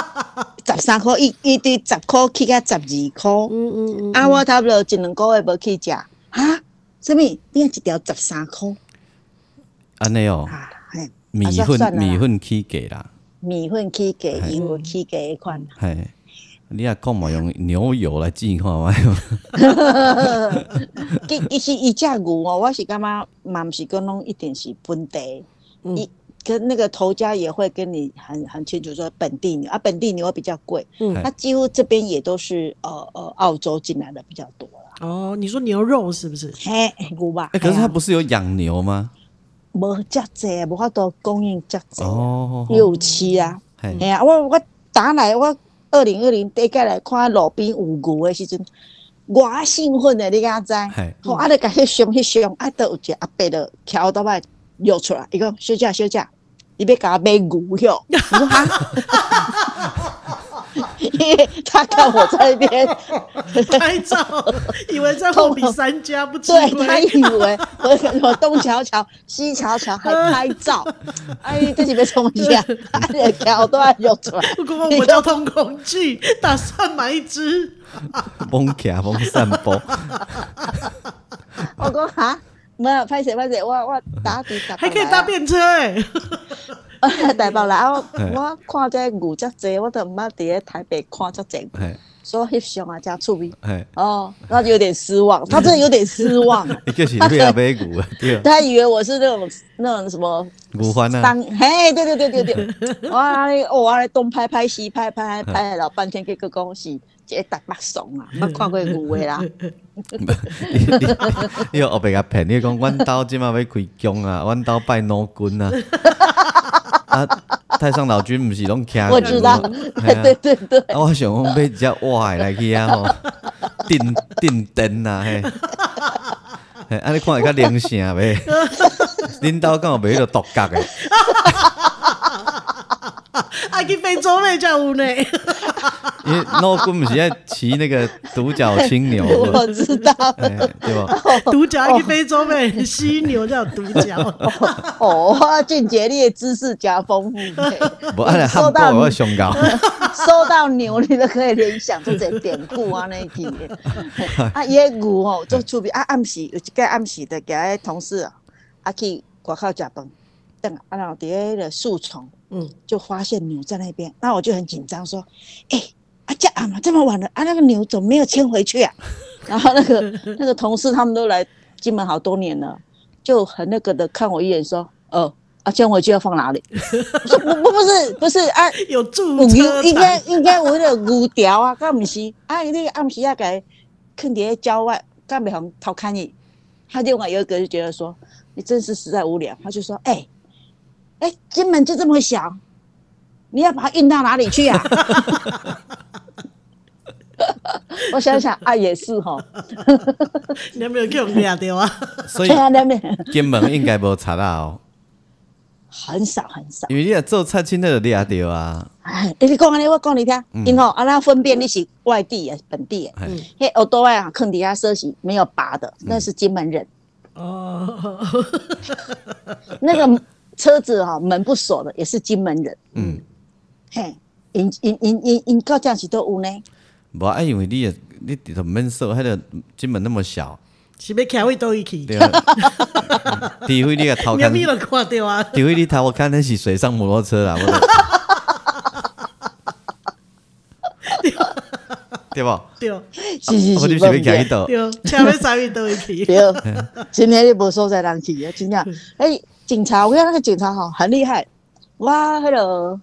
C: 十三块，伊伊对十块起价十二块，
B: 嗯嗯嗯，
C: 啊，我差不多一两个月无去食啊，什么变一条十三块
A: 安尼哦，
C: 啊，嘿，
A: 米
C: 啊算
A: 粉
C: 算了啦
A: 米粉起价啦，
C: 米粉起价，伊有起价的款。
A: 嘿，你也讲嘛用牛油来煮看嘛，
C: 其其实伊只牛哦，我是感觉嘛，毋是讲拢一定是本地，
B: 嗯
C: 伊、跟那个头家也会跟你很很清楚说本地牛啊，本地牛会比较贵，
B: 嗯
C: 它几乎这边也都是呃呃澳洲进来的比较多啦。
B: 哦，你说牛肉是不是？
C: 嘿，牛吧，
A: 哎，可是他
C: 嘿啊
A: 不是有养牛吗？
C: 无遮济，无法度供应遮济，
A: 哦，嗯
C: 也有饲啊。
A: 嘿
C: 哎呀、我我打来我二零二零第一届来看路边有牛的时阵，我兴奋的，你敢知？
B: 嗯
A: 嘿，
C: 好，啊，就甲翕相翕相，啊，都有一个阿伯就翘倒来摇出来，伊讲小姐小姐，你要甲我买牛哟？我说哈，因为他看我在 那边，
B: 拍照，以为在货比三家，不吃
C: 对他
B: 亏。
C: 以为我我东瞧瞧西瞧瞧还拍照，哎，这是要冲一下，啊，就翘倒来摇出来，
B: 不过我交通工具打算买一只，
A: 蒙卡蒙散步，
C: 我讲哈。没有，拍摄拍摄，我我打底打
B: 还可以搭 便车哎、
C: 台北来，啊我
A: 嘿
C: 我看这牛遮济，我都毋捌伫咧台北看遮济，
A: 嘿，
C: 所以我翕相啊加趣味。
A: 嘿，
C: 哦，那就有点失望，他真的有点失望，
A: 伊就是你要买牛的，对，
C: 他以为我是那种那种什么
A: 牛番啊
C: 商，，嘿，对对对对对，我安尼哦，我安尼东拍拍西拍拍拍了老半天，结果讲是一个大白怂啊，捌看过牛的啦，
A: 你你你又后白甲骗，你讲阮兜即马要开工啊，阮兜拜老君啊，啊，太上老君毋是拢徛
C: 我知道， 对
A: 嘿
C: 对对，
A: 啊，啊，我想讲买一只活的来去啊吼，定定灯啊嘿。嘿，啊！你看会较灵性袂？恁兜敢有买迄个独角的？
B: 还可以非洲那家屋呢。
A: 因为老君毋是在骑那个独角青牛吗，
C: 我知道，
A: 嘿对吧？
B: 独角还可以非洲妹，犀牛叫独角。
C: 哦，俊杰，你的知识加丰富嘿，
A: 无啊，来汉堡我上高，
C: 收到牛，你都可以联想出这典故啊那一题。啊，伊个牛吼做出名啊，暗时有一个暗时的，甲个同事啊，啊去外口食饭，等啊，然后伫迄个树丛
B: 嗯，
C: 就发现牛在那边，那我就很紧张说，哎、啊这啊嘛这么晚了啊，那个牛怎么没有牵回去啊？ 然后那个那个同事他们都来金门好多年了，就很那个的看我一眼说，哦。啊，牵回去要放哪里？ 我说不不不是不是啊，
B: 有驻
C: 有
B: 车
C: 牛应该
B: 场，
C: 应该有迄个牛条啊，敢毋是？啊，你暗时啊，给坑伫咧郊外，敢袂互偷看伊。他另外有一个就觉得说，你真是实在无聊，他就说，哎、哎、金门就这么小，你要把它运到哪里去啊？ 我想想啊，也是吼，
B: 你有没有给我们俩丢啊？
A: 所以
C: 对啊，那边
A: 金门应该无贼啦哦，
C: 很少很少。
A: 因为你若做菜凊彩就掠着啊，
C: 哎，你讲安尼，我讲你听，因吼啊，那分辨你是外地的、本地的。
A: 嗯嘿嗯
C: 嘿，耳朵啊，坑底下设洗没有拔的，那是金门人。
B: 哦，
C: 那个车子哈、门不锁的也是金门人。
A: 嗯，
C: 嘿，因因因因因到这样子都有呢。
A: 无啊，因为你也你就免说迄个金门那么小，
B: 是被开会都一起，
A: 对啊，嗯除非你个头
B: 牛
A: 看，
B: 逼
A: 除
B: 了看掉啊！
A: 非你头看那是水上摩托车啦，我 就对不？啊
B: 对
C: 是是
A: 我就
C: 是，
A: 是要行去倒，
B: 对，前面三位都一起，
C: 对，今天你无所在人去啊，真正。哎，警察，我跟你讲那个警察哈、很厉害。我迄个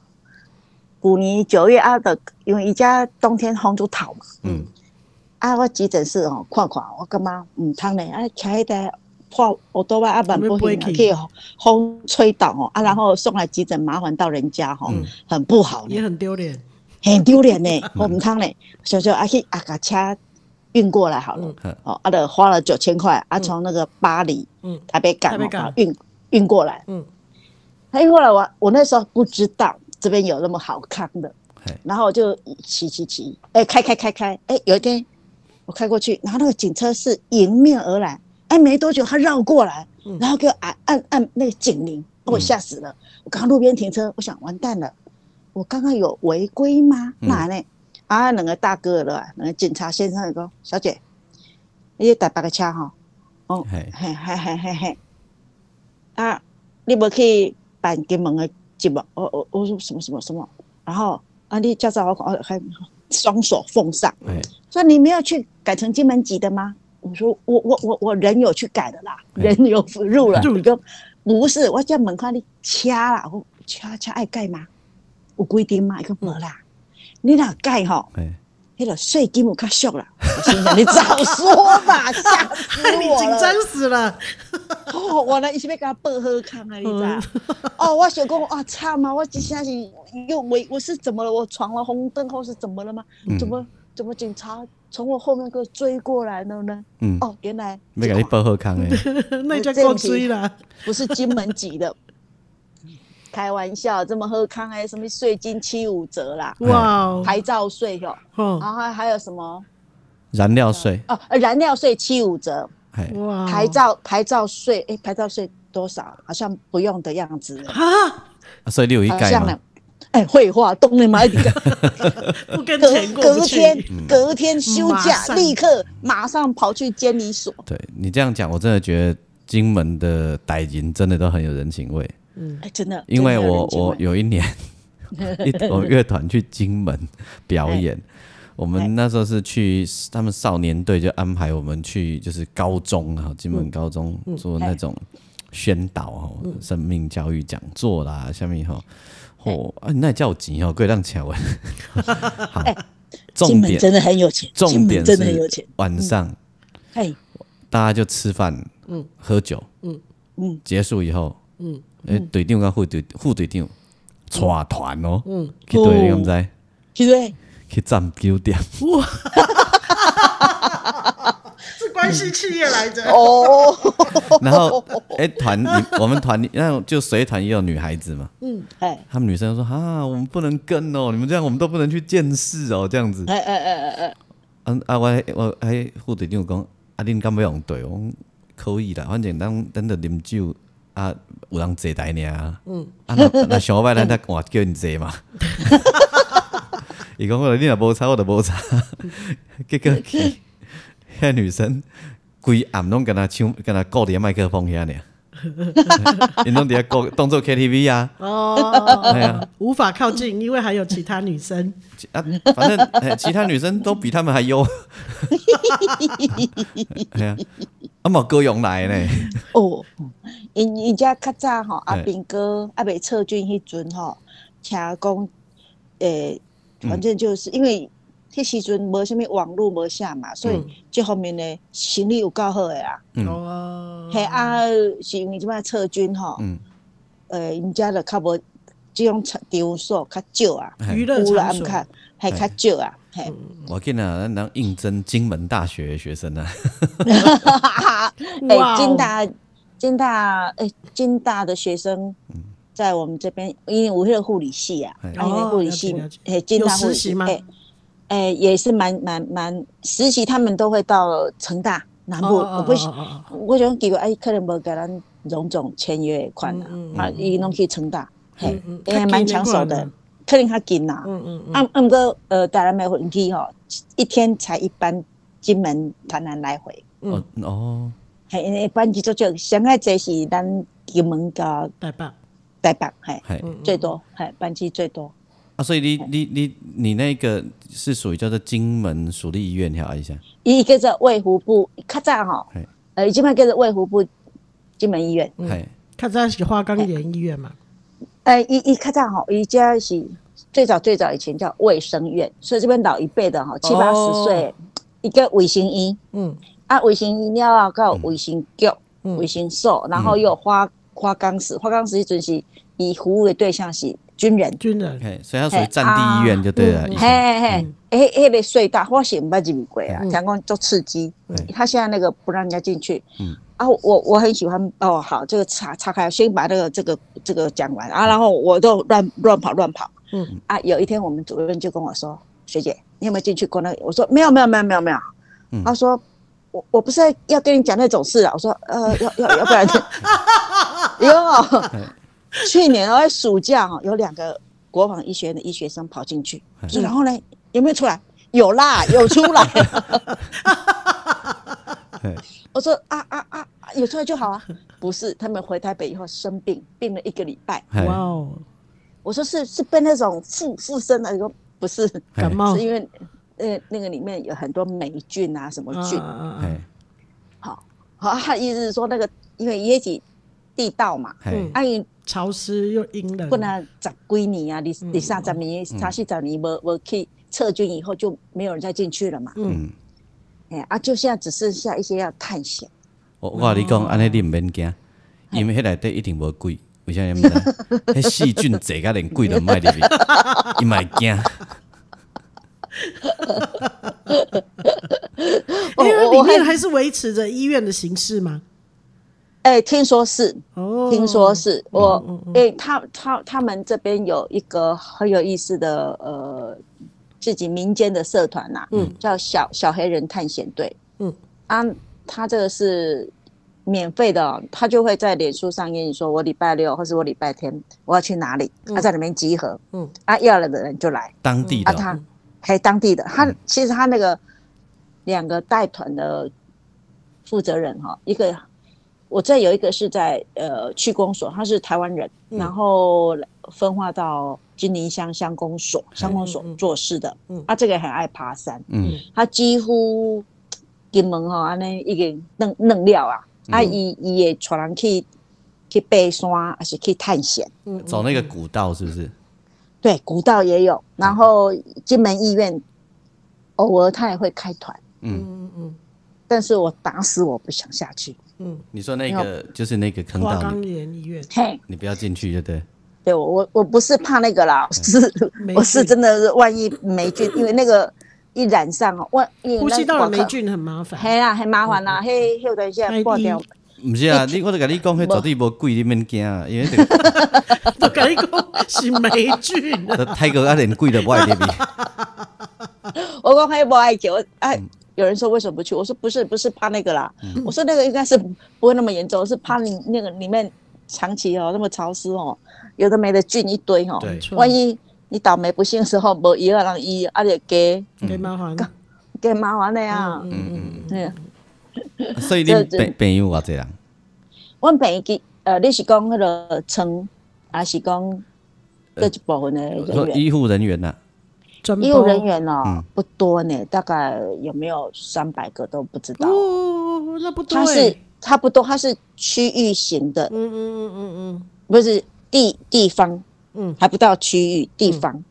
C: 古年九月啊的，因为伊家冬天风就透嘛，
A: 嗯，
C: 啊，我急诊室哦看看，我感觉毋通咧，啊，徛迄台破乌多啊，啊，万不行啊，去风吹倒哦，啊，然后送来急诊，麻烦到人家吼、很不好呢
B: 也。很丢脸。
C: 很丢脸呢，我唔通呢，想说啊去啊把车运过来好了，
A: 嗯
C: 哦，啊的花了九千块，啊从那个巴黎、
B: 嗯
C: 台北港
B: 台
C: 哦
B: 北港
C: 啊运运过来，
B: 嗯，
C: 他运过来我我那时候不知道这边有那么好看的
A: 嘿，
C: 然后我就骑骑骑，哎开开开开，哎有一天我开过去，然后那个警车是迎面而来，哎没多久他绕过来，然后给我按按按那个警铃，把我吓死了，我刚刚路边停车，我想完蛋了。我刚刚有违规吗？
A: 嗯
C: 哪呢？啊，两个大哥了，两个警察先生就讲，小姐，你去台北个车吼，哦，
A: 嘿
C: 嘿嘿嘿嘿嘿，啊，你无去办金门的节目，我我我说什么什么什么，然后啊，你驾照我看哦还双手奉上，
A: 哎，
C: 说你没有去改成金门籍的吗？我说我我我我人有去改的啦，
A: 嗯
C: 人有入了。
B: 入
C: 你讲不是，我叫门看你掐啦，我掐掐爱改吗？有规定吗？伊讲无啦，你若改吼，
A: 哎，
C: 迄、迄个税金有较俗啦。我心想你早说嘛，吓死
B: 害 你
C: 我
B: 紧
C: 了！
B: 张死了。
C: 哦，原来伊是要甲我报好康啊，你知
B: 嗯
C: 道？哦，我想讲啊，惨啊！我真正是又我我是怎么了？我闯了红灯后是怎么了吗？
A: 嗯
C: 怎么怎么警察从我后面给我追过来了呢？
A: 嗯，
C: 哦，原来
A: 要甲你报好康 诶，
B: 那就够追了。
C: 不是金门籍的。 开玩笑，这么喝康哎，什么税金七五折啦，
A: 嗯
B: 哇哦，
C: 牌照税哟，
B: 哦，
C: 然后还有什么
A: 燃料税，
C: 哦，燃料税七五折，
A: 哎，
B: 哇，哦
C: 牌照牌照税哎，牌照税多少？好像不用的样子，
B: 啊，
A: 啊所以你有一
C: 好
A: 改
C: 呃像
A: 嘛
C: 呢，。哎，绘画东你买 点，
B: 不跟
C: 隔
B: 钱过不
C: 隔
B: 去。
A: 嗯
C: 天隔天休
B: 马
C: 假，
B: 上
C: 立刻马上跑去监理所。
A: 对你这样讲，我真的觉得金门的傣人真的都很有人情味。
C: 哎，真的，
A: 因为
C: 真的有
A: 我
C: 人情
A: 我
C: 味
A: 有一 年，一我们乐团去金门表演，
C: 哎
A: 我们那时候是去他们少年队就安排我们去就是高中啊，金门高中
C: 嗯
A: 做那种
C: 哎
A: 宣导哦，生命教育讲座啦，下面吼，
C: 哎
A: 哦，啊，那也叫我急哦，各位让巧 文，好，
C: 哎金
A: 重
C: 门
A: 点
C: 真的很有钱，金
A: 重
C: 门
A: 点
C: 真的很
A: 是
C: 有钱。
A: 晚上
C: 哎，
A: 大家就吃饭，嗯，喝酒，嗯嗯，结束以后，嗯，诶，队长跟副队副队长带团哦，嗯，去对你敢知？
C: 对不对？
A: 去站酒店，
B: 是关系企业来着。
C: 哦，
A: 然后诶，团里我们团里那就随团也有女孩子嘛，
C: 哎。
A: 她们女生就说啊，我们不能跟哦，你们这样我们都不能去见识哦，这样子。
C: 哎哎哎哎哎，
A: 啊啊，我我还副队长讲，啊，恁敢要用队？我讲可以啦，反正咱咱着啉酒，啊，有人坐台尔。嗯，啊，若若想要咱再换叫因坐 嘛。伊讲我你若无差，我就无 差。结果去，迄女生规暗拢敢若唱，敢若顾伫麦克风遐 尔。因拢伫遐顾当做 KTV 啊，
B: 哦，
A: 哎呀，
B: 无法靠近，因为还有其他女生。
A: 啊，反正 哎其他女生都比他们还优。 哎呀，啊，冇歌咏来呢。
C: 哦，因因遮较早吼，阿
A: 嘿
C: 兵哥阿北撤军迄阵吼，听讲，
A: 嗯
C: 诶、反正就是因为迄时阵无啥物网络无啥嘛，所以
B: 嗯
C: 这方面的行李有够好诶啊。
A: 嗯
B: 哦，
C: 嘿、啊，是因为即摆撤军吼，
A: 嗯，
C: 诶、呃因遮就较无即种场场所较少啊，
A: 嗯嘿
B: 娱乐
C: 有啦，
B: 场
C: 啊毋
B: 所，
C: 较还较少啊，嘿，
A: 我见啊，咱能应征金门大学的学生啊，
C: 哈哈，
B: 嗯哇
C: 哎，
B: 哦
C: 金大，金大，哎，金大的学生在我们这边，因为我是护理系啊，
A: 哎
C: 啊因为护理
B: 哦
C: 系
B: 了解了解，
C: 哎，金大
B: 有
C: 护
B: 实
C: 理
B: 习
C: 系
B: 吗，
C: 哎，哎，也是蛮蛮蛮实习，他们都会到成大南部，
B: 哦
C: 我不是
B: 哦，哦哦
C: 我想几个哎，可能无给咱荣总签约的款
B: 嗯嗯
C: 啊，啊，伊拢去成大，嘿
B: 嗯嗯，
C: 哎，蛮抢手的，可能较近啦，
B: 嗯嗯嗯，
C: 啊，啊，不过呃，台南的飞机吼，一天才一班金门、台南来回。
B: 嗯
A: 哦哦，
C: 系因为班级足少，上海侪是咱金门甲
B: 太棒，
C: 台北，系
A: 嘿，
B: 嗯
C: 最多，系班级最多。
A: 啊，所以你你你你那个是属于叫做金门属立医院，调一下，
C: 伊叫做卫福部，较早吼
A: 嘿，
C: 呃，伊即摆叫做卫福部金门医
B: 嗯
C: 院。
A: 嘿，
B: 看在是花岗岩医院嘛，
C: 呃，伊伊较早吼，伊遮是最早最早以前叫卫生院，所以这边老一辈的吼，七八十岁一个卫生医，
B: 嗯，
C: 啊，卫生医了啊，还有卫生局、
B: 嗯
C: 卫生所，然后又有花花岗石，花岗石迄阵是伊服务的对象是军人。
B: 军人，
A: 嘿，所以它属于战地医院就对
B: 嘿啊
A: 了，以
C: 嘿
A: 前
C: 嘿，嘿，迄、个隧道我是毋捌入过啊，
B: 嗯
C: 听讲足刺激
A: 嗯。
C: 他现在那个不让人家进去。
A: 嗯
C: 啊，我我很喜欢哦，好，这个岔岔开，先把这个这个这个讲完
A: 嗯
C: 啊，然后我都乱乱跑乱跑。
B: 嗯
C: 啊，有一天我们主任就跟我说：“学姐，你有没有进去过那个？”我说：“没有，没有，没有，没有，没有。
A: 嗯
C: 他说：“我我不是要跟你讲那种事啊。”我说：“呃，要要要 不然，因为哦，去年哦暑假哦，有两个国防医学院的医学生跑进去，说然后呢有没有出来？有啦，有出来。
A: 嘿
C: 我说啊啊啊，啊有出来就好啊。不是，他们回台北以后生病，病了一个礼拜。
A: 嘿
B: 哇哦，
C: 我说是是被那种附附身的，说不是，
A: 嘿
B: 感冒
C: 是，因为呃那个里面有很多霉菌啊什么菌。
B: 啊
A: 嘿，
C: 好，好，他的意思是说那个因为也是地道嘛，
B: 嗯
A: 嘿，
C: 啊伊
B: 潮湿又阴冷，
C: 不能十几年啊，二
B: 嗯
C: 二三十年、三四十年无无去撤军以后就没有人再进去了嘛。
B: 嗯
A: 嗯，
C: 哎、啊，就现在只剩下一些要探险。
A: 我哦我跟你
C: 哦
A: 讲，安尼你毋免惊，因为迄内底一定无鬼，为啥你毋 知？迄细菌侪甲连鬼都卖入去，伊嘛会惊。
C: 我
B: 因为
C: 哦我
B: 里
C: 我
B: 面
C: 还
B: 还是维持着医院的形式嘛。
C: 哎、听说是，
B: 哦，
C: 听说是
B: 嗯
C: 我，哎、他他他们这边有一个很有意思的呃，自己民间的社团呐、嗯，叫小小黑人探险队，
B: 嗯，
C: 啊，他这个是免费的、哦，他就会在脸书上跟你说，我礼拜六或是我礼拜天我要去哪里，他、在里面集合，
B: 嗯，
C: 啊，要了的人就来，
A: 当地
C: 啊，
A: 的哦，
C: 他还当地的，
B: 嗯
C: 他其实他那个两个带团的负责人哈，一个我这有一个是在呃区公所，他是台湾人，
B: 嗯
C: 然后分化到金陵乡乡公所，乡公所
B: 嗯嗯
C: 做事的啊
B: 嗯，
C: 他这个很爱爬山，
A: 嗯
C: 他几乎金门吼安尼已经弄弄了啊，
B: 嗯
C: 啊，伊伊会带人去去爬山，还是去探险。
B: 嗯
A: 走那个古道是不是？
C: 对，古道也有，然后金门医院偶尔他也会开团，
A: 嗯，
B: 嗯嗯
C: 但是我打死我不想下去。
B: 嗯
A: 你说那个就是那个
B: 嗯，
A: 坑
B: 花
A: 道，
B: 岗
A: 你
B: 岩医院
C: 嘿，
A: 你不要进去，就对。
C: 对我我我不是怕那个啦，是
B: 霉
C: 我是
B: 菌
C: 真的是万一霉菌，因为那个一染上哦，万一
B: 呼吸道的霉，
C: 那
B: 菌很嗯哎麻烦。
C: 嘿啊啦，很麻烦啦，嘿，有段时间挂掉
B: 太，
A: 毋是
C: 哎
A: 啊，你我都甲你讲，迄绝对无鬼，你免惊啊，因为这 个
B: 都跟你讲是霉菌，
A: 这泰国啊连鬼都不爱入去。
C: 我光黑不爱酒，我哎。
A: 嗯
C: 有人说为什么不去？我说不是，不是怕那个啦。我说那个应该是不会那么严重，是怕你那个里面长期哦那么潮湿哦，有的没的菌一堆哦。
A: 对，
B: 错
C: 万一你倒霉不幸的时候无药啊，人医，啊就加
B: 给麻 烦。
C: 加麻烦的啊。
B: 嗯嗯
C: 嗯，
A: 嗯所以你
C: 这这
A: 朋朋友偌济人，
C: 阮平记呃，你是讲迄个床，还是讲各一部分的人
A: 呃说
C: 员？
A: 医护人员啊呐，
B: 专
C: 医务人员哦
A: 嗯
C: 不多呢，大概有没有三百个都不知道。
B: 哦，那不对。
C: 它是它不多，它是区域型的，
B: 嗯嗯嗯嗯
C: 不是地地方，
B: 嗯
C: 还不到区域地方，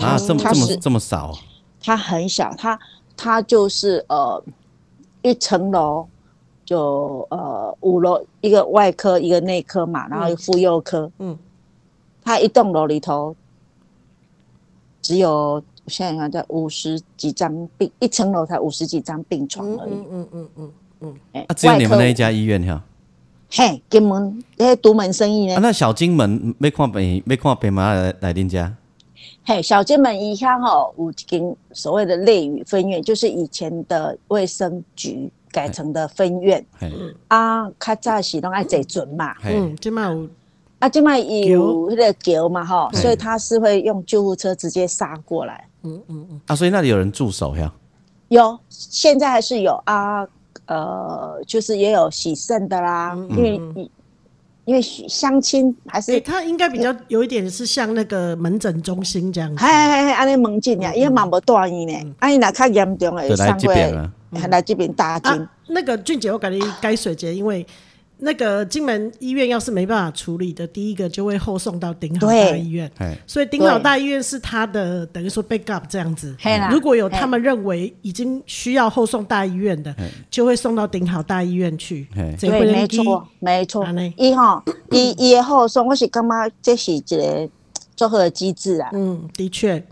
A: 啊，这么
C: 嗯他
A: 这么
C: 是
A: 这么少哦，
C: 它很小，它它就是呃一层楼。就呃五楼一个外科一个内科嘛，然后一个妇幼科，
B: 嗯
C: 它一栋楼里头只有我现在看在五十几张病，一层楼才五十几张病床
B: 嗯
C: 而已。
B: 嗯嗯嗯嗯嗯，
C: 哎、
A: 啊，只有你
C: 外
A: 们
C: 科
A: 那一家医院哈。
C: 嘿，金门嘿独门生意呢？
A: 啊，那小金门要看病，要看病嘛来来恁家，
C: 嘿，小金门以下吼有一间所谓的类宇分院，就是以前的卫生局改成的分院、
A: 嘿，
C: 啊。较早是拢爱坐船嘛，
A: 嘿，
B: 嗯，今嘛有
C: 啊，即卖有迄个桥嘛吼，
A: 嘿
C: 所以他是会用救护车直接杀过来。
B: 嗯嗯嗯，
A: 啊，所以那里有人驻守呀，
C: 有，现在还是有啊，呃，就是也有洗肾的啦，
A: 嗯
C: 因为你因为相亲还是
B: 哎，，它应该比较有一点是像那个门诊中心这样子
C: 嘿。嘿嘿，安尼门诊
A: 嗯
C: 呀，伊嘛无大医呢，啊伊若较严重诶，
A: 就来
C: 上
A: 这
C: 过
A: 边啊
C: 嘿来这边打针
B: 啊，，那个俊杰，我感觉该水节，因为那个金门医院要是没办法处理的，第一个就会后送到鼎好大
C: 对
B: 医院。
A: 嘿，
B: 所以鼎
C: 对
B: 好大医院是他的等于说 backup 这样子
C: 嘿啦。
B: 如果有他们认为已经需要后送大医院的，就会送到鼎好大医院去
A: 嘿。
B: 这
C: 对，
B: 会
C: 没
B: 人机
C: 错，没错
B: 安尼，
C: 伊吼，伊伊诶后送，我是感觉这是一个综合的机制啊，
B: 嗯，的确，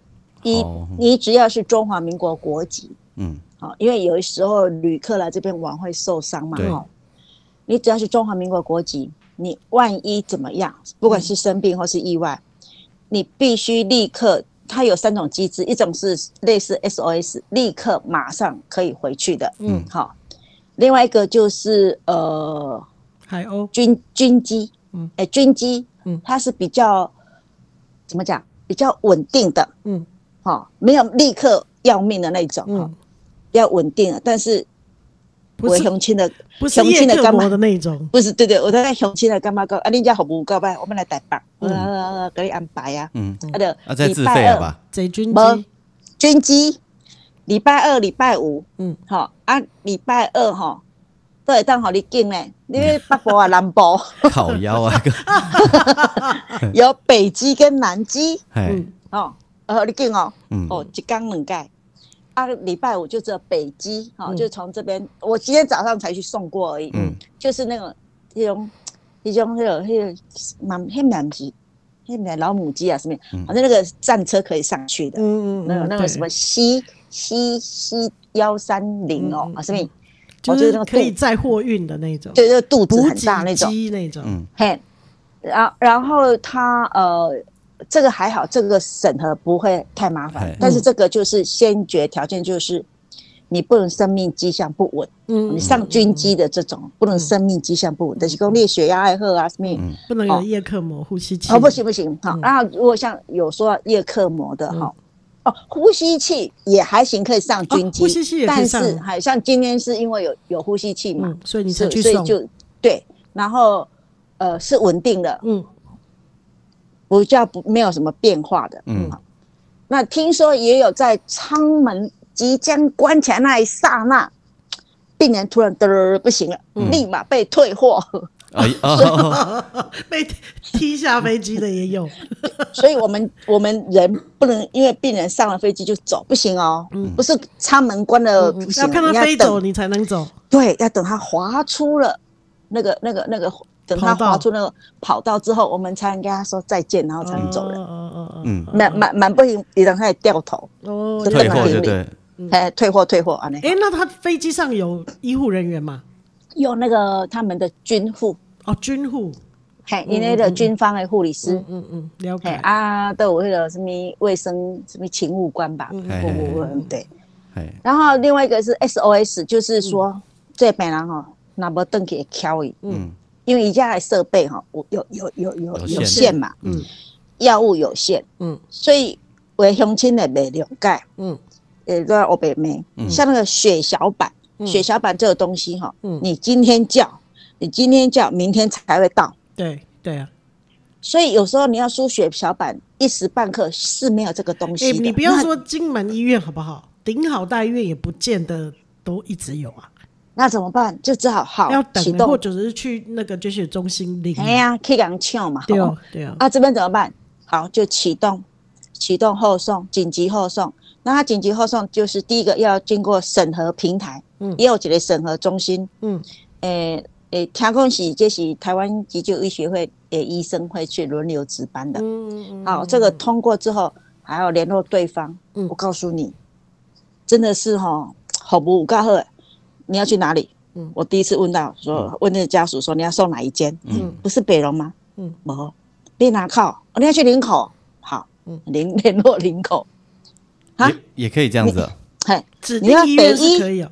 C: 伊
A: 哦
C: 你只要是中华民国国籍，
A: 嗯，
C: 好，因为有时候旅客来这边玩会受伤嘛，
A: 对
C: 哈。你只要是中华民国国籍，你万一怎么样，不
B: 嗯
C: 管是生病或是意外，你必须立刻。它有三种机制，一种是类似 SOS，立刻马上可以回去的，
A: 嗯
C: 好。另外一个就是呃
B: 海鸥，
C: 军军机，
B: 嗯
C: 嗯，哎、军机，
B: 嗯
C: 嗯，它是比较怎么讲，比较稳定的，
B: 嗯
C: 哈、没有立刻要命的那种，哈、
B: 嗯，
C: 要稳定了，但是
B: 不
C: 我
B: 是
C: 雄亲的
B: 不是
C: 雄
B: 叶
C: 亲的
B: 克
C: 干
B: 膜
C: 妈
B: 的那种，
C: 不是对对，我在雄亲的干妈讲，啊，恁家服务告白，我们来台北，呃，给你安排啊，
A: 嗯，
C: 啊的，
A: 啊，再自
C: 礼拜
A: 费
C: 二
A: 了吧？
B: 贼军
C: 没
B: 机，
C: 军机，礼拜二、礼拜五，
B: 嗯
C: 嗯，好啊，礼拜二吼，都会当互你进嘞，因为北部啊、南部
A: 烤腰啊，
C: 有北机跟南机，
A: 嘿
B: 嗯，
C: 哦，呃，你紧哦，
A: 嗯，
C: 哦，一缸两盖。啊，礼拜五就只有北机哈、
B: 嗯
C: 就从这边，我今天早上才去送过而已。
A: 嗯，
C: 就是那种那种那种那种那个满黑满鸡，黑满老母鸡啊什么，
A: 嗯
C: 反正那个战车可以上去的，
B: 嗯嗯，
C: 那个
B: 嗯
C: 那个什么，西西西幺三零哦
B: 嗯嗯
C: 啊什么，
B: 对
C: 哦
B: 就
C: 就是那
B: 是
C: 个
B: 可以
C: 肚
B: 载货运的那种，
C: 对，那个肚子
B: 补
C: 很
B: 给
C: 大那种，
B: 机那种，
A: 嗯
C: 嘿，然然后它呃。这个还好，这个审核不会太麻
A: 嘿
C: 烦，但是
B: 嗯
C: 这个就是先决条件，就是你不能生命迹象不稳，
B: 嗯，
C: 你上军机的这种不能生命迹象不稳，但是讲你的血压爱喝啊什么，
A: 嗯
B: 不能有
C: 哦
B: 叶克膜呼吸器，
C: 哦，不行，不行，好
B: 嗯，
C: 然后如果像有说到叶克膜的哈，哦，呼吸器也还行，可以上军
B: 哦呼吸器也
C: 机，
B: 可以
C: 但
B: 上
C: 是好像今天是因为有有呼吸器嘛
B: 嗯，，所以你
C: 是
B: 才去
C: 所以
B: 送，
C: 就对，然后呃是稳定的，
B: 嗯
C: 不叫不没有什么变化的。啊
A: 嗯
C: 那听说也有在舱门即将关起来那一刹那，病人突然嘚儿不行了，
A: 嗯
C: 立马被退 货。
A: 哎哦，
B: 被踢下飞机的也 有，
C: 所以我们我们人不能因为病人上了飞机就走，不行哦，
B: 嗯
C: 不是舱门关了不行
B: 要
C: 哦，
B: 看它
C: 你
B: 飞
C: 等
B: 走，你才能走，
C: 对，要等它滑出了那个那个那个，等它
B: 跑道
C: 滑出那个跑道之后，我们才能跟他说再见，然后才能走人。
B: 哦
A: 嗯
C: 蛮蛮蛮不行，你让他也掉头，
B: 哦，
C: 真
A: 退
C: 的
A: 货
C: 蛮
A: 就
C: 有
A: 对，
B: 嗯
C: 哎，退货退货啊，那
B: 哎、那他飞机上有医护人员吗？
C: 有那个他们的军护，
B: 哦，军护，
C: 嘿，因为那个军方的护理师
B: 嗯，嗯嗯，了解
C: 嘿。啊，都有那个什么卫生什么勤务官吧，
B: 嗯
A: 嗯
C: 不不不，对，
A: 哎，
C: 然后另外一个是 SOS，就是说、
B: 嗯
C: 这病人哈，那无登去会敲伊，
A: 嗯
C: 因为伊家的设备哈，有有有有有
A: 有限
C: 有限嘛，
B: 嗯
C: 药物有限，
B: 嗯
C: 所以为乡亲的袂了解，
B: 嗯
C: 呃，都要欧北妹，
A: 嗯
C: 像那个血小板，
B: 嗯
C: 血小板这个东西哈，
B: 嗯
C: 你今天叫，你今天叫，明天才会到，
B: 对对啊，
C: 所以有时候你要输血小板，一时半刻是没有这个东
B: 哎、
C: 西的。
B: 你不要
C: 那
B: 说金门医院好不好？顶好大医院也不见得都一直有啊，
C: 那怎么办？就只好好
B: 要
C: 启
B: 等啊，或
C: 动，
B: 者是去那个捐血中心领。
C: 哎呀，去人抢嘛，
B: 对
C: 吼
B: 哦对哦，
C: 啊，这边怎么办？好，就启动，启动后送，紧急后送。那它紧急后送就是第一个要经过审核平台，
B: 嗯
C: 也有几个审核中心，
B: 嗯
C: 诶、诶、听讲是这是台湾急救医学会诶医生会去轮流值班的。
B: 嗯
C: 好，这个通过之后还要联络对方。
B: 嗯
C: 我告诉你，真的是哈，好不五告贺，你要去哪里？
B: 嗯
C: 我第一次问到说，问那个家属说你要送哪一间？
A: 嗯
C: 不是北荣吗？
B: 嗯，
C: 没，你哪靠？哦你要去林口，好，
B: 嗯
C: 联 联络林口，啊，
A: 也也可以这样子，
C: 嘿，
B: 指
C: 你
B: 定
C: 要
B: 医院
C: 北
B: 是
C: 医
B: 可以哦、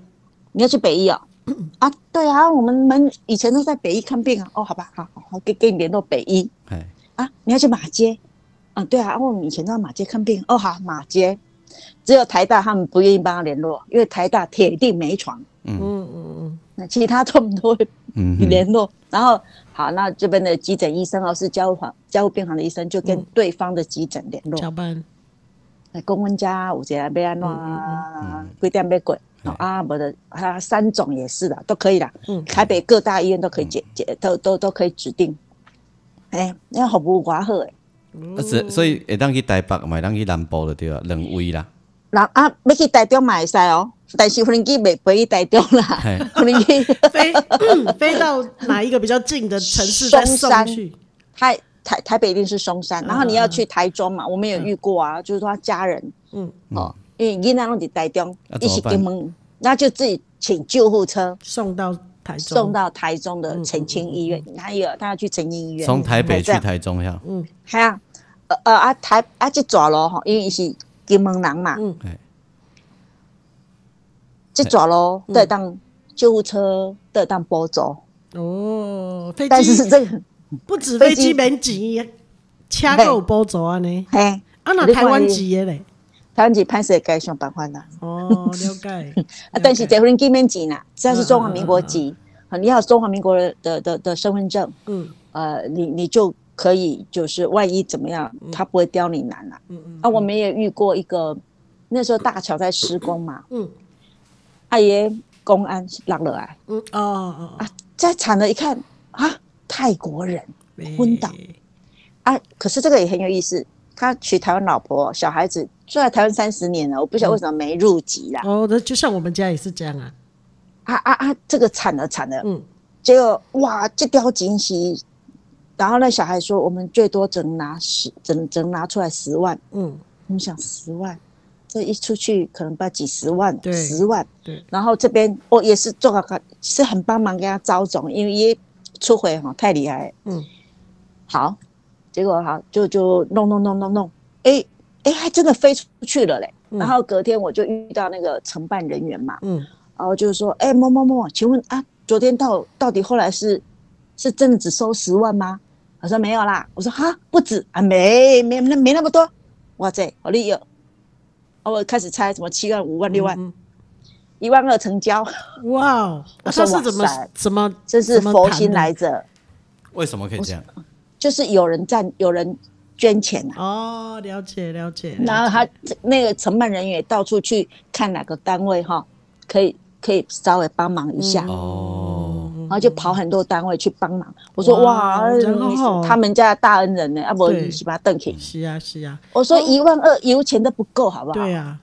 C: 你要去北医哦，
B: 嗯
C: 啊，对啊，我们门以前都在北医看病啊，哦，好吧，好好好，给给你联络北医
A: 哎，
C: 啊，你要去马街，啊，对啊，我们以前都在马街看病，哦，好，马街，只有台大他们不愿意帮他联络，因为台大铁定没床，
A: 嗯
B: 嗯嗯嗯，
C: 那其他他们都会
A: 嗯，
C: 联络，然后好，那这边的急诊医生哦，是交务房交务病房的医生，就跟对方的急诊联络。
B: 加班，
C: 来讲阮家有一个要安怎啊，几点要过，哦啊，无的啊，三种也是的，都可以啦。
B: 嗯
C: 台北各大医院都可以解解，都都都可以指定。哎，那服务偌好诶，
B: 嗯
A: 啊所所以会当去台北，嘛会当去南部就对啊，两位啦，
C: 人啊，要去台中嘛会使哦，但是飞机袂飞去台中
A: 嘿
C: 啦，飞机
B: 飞、嗯飞到哪一个比较近的城市再送
C: 松山
B: 去？
C: 台台台北一定是松
A: 嗯
C: 山，然后你要去台中嘛，我们有遇过啊，就是说他家人
B: 嗯，
C: 哦，因为囡仔拢伫台中
A: 啊，
C: 一起
A: 怎么办
C: 金门，那就自己请救护车。
B: 送到台中，
C: 送到台中
A: 嗯
C: 的澄清医院，他有啊他要去澄清医院，
A: 从台北去
C: 还这样，
A: 台中呀，
C: 系啊，呃呃啊台啊这抓咯吼，因为伊是金门人嘛，
B: 嗯
A: 哎，
C: 这抓咯，
A: 嗯
C: 对当救护车对当波走，
B: 哦，飞
C: 但是是
B: 机
C: 这个
B: 不止飞
C: 飞
B: 机
C: 机
B: 免钱，车还有补助安尼，
C: 嘿，
B: 啊那
C: 你
B: 台
C: 看
B: 湾
C: 你
B: 籍的嘞，
C: 台湾籍拍摄该想办法啦，
B: 哦，了解。
C: 啊，但是
B: 了解
C: 结婚见面钱啦，只要是中华民国籍，啊你要有中华民国的的的的身份证，
B: 嗯
C: 呃，你你就可以就是万一怎么样，他不会刁你难啦。
B: 嗯嗯
C: 啊，我们也遇过一个，那时候大桥在施工嘛，
B: 嗯
C: 阿爷公安落落来
B: 嗯，哦哦哦，
C: 啊，再惨了，一看啊，泰国人昏倒
B: 哎
C: 啊，可是这个也很有意思，他娶台湾老婆，小孩子住在台湾三十年了，我不
B: 嗯
C: 晓得为什么没入籍啦。
B: 哦，那就像我们家也是这样啊，
C: 啊啊啊！这个惨了惨了，
B: 嗯，
C: 结果哇，这条惊喜。然后那小孩说，我们最多只能拿十，只能只能拿出来十万。
B: 嗯，
C: 我们想十万，这一出去可能不要几十万，
B: 对
C: 十万。
B: 对，
C: 然后这边我也是做个是很帮忙给他招总，因为也出回哈太厉害了。
B: 嗯，
C: 好，结果好就就弄弄弄弄弄，哎哎还真的飞出去了嘞。
B: 嗯
C: 然后隔天我就遇到那个承办人员嘛，
B: 嗯，
C: 然后就说：“哎、某某某，请问啊，昨天到到底后来是是真的只收十万吗？”我说：“没有啦。”我说：“哈，不止啊，没没那没那么多。”哇塞，好厉害哦！啊我开始猜什么七万、五万、六万、
B: 嗯，
C: 一万二成交，
B: 哇哦，他
C: 我说
B: 是怎么
C: 哇塞
B: 怎么
C: 真是
B: 怎么
C: 佛
B: 谈
C: 心
B: 的
C: 来着，
A: 为什么可以这样？
C: 就是有人赞，有人捐钱啊。
B: 哦，了解了解，了
C: 然后
B: 解
C: 他那个承办人员也到处去看哪个单位哈，可以可以稍微帮忙一
B: 嗯
C: 下。
A: 哦，
C: 然后就跑很多单位去帮忙。我说
B: 哇
C: 哇，你
B: 真好
C: 是他们家的大恩人呢，啊不，
B: 对
C: 你是把他邓去。
B: 是啊是啊，
C: 我说一万二油钱都不够，好不好？
B: 对啊，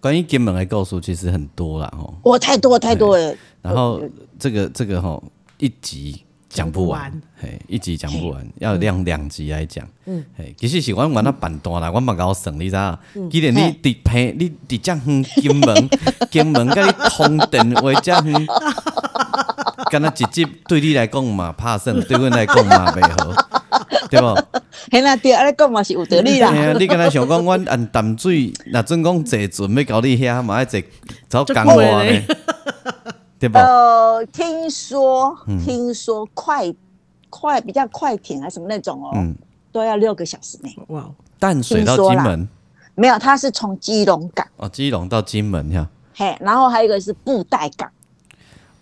A: 关于金门的告诉其实很多啦吼，
C: 我太多太多了，
A: 然后这个这个吼一集讲不完
B: 讲，
A: 嘿，一集讲不完，要量两集来讲。
B: 嗯
A: 嗯，嘿，其实是阮玩到板段啦，阮嘛搞算你知道？既然你伫平，你伫遮远金 门，金门甲你通电话遮远，敢若一集对你来讲嘛拍算，对阮来讲嘛袂好，对无？
C: 嘿啦对，安尼讲嘛是有道理
A: 嘿
C: 啦。
A: 啊，你敢若想讲，阮按淡水，若准讲坐船要到你遐嘛，要坐走
B: 足
A: 江
B: 久的
A: 湾
B: 嘞
A: 咧，对无？
C: 呃，听说
B: 嗯
C: 听说快快比较快艇啊什么那种哦，
A: 嗯，
C: 都要六个小时内。
B: 哇哦，
A: 淡水到
C: 听说
A: 金
C: 啦
A: 门
C: 没有，他是从基隆港，
A: 哦，基隆到金门呀，
C: 嘿，然后还有一个是布袋港，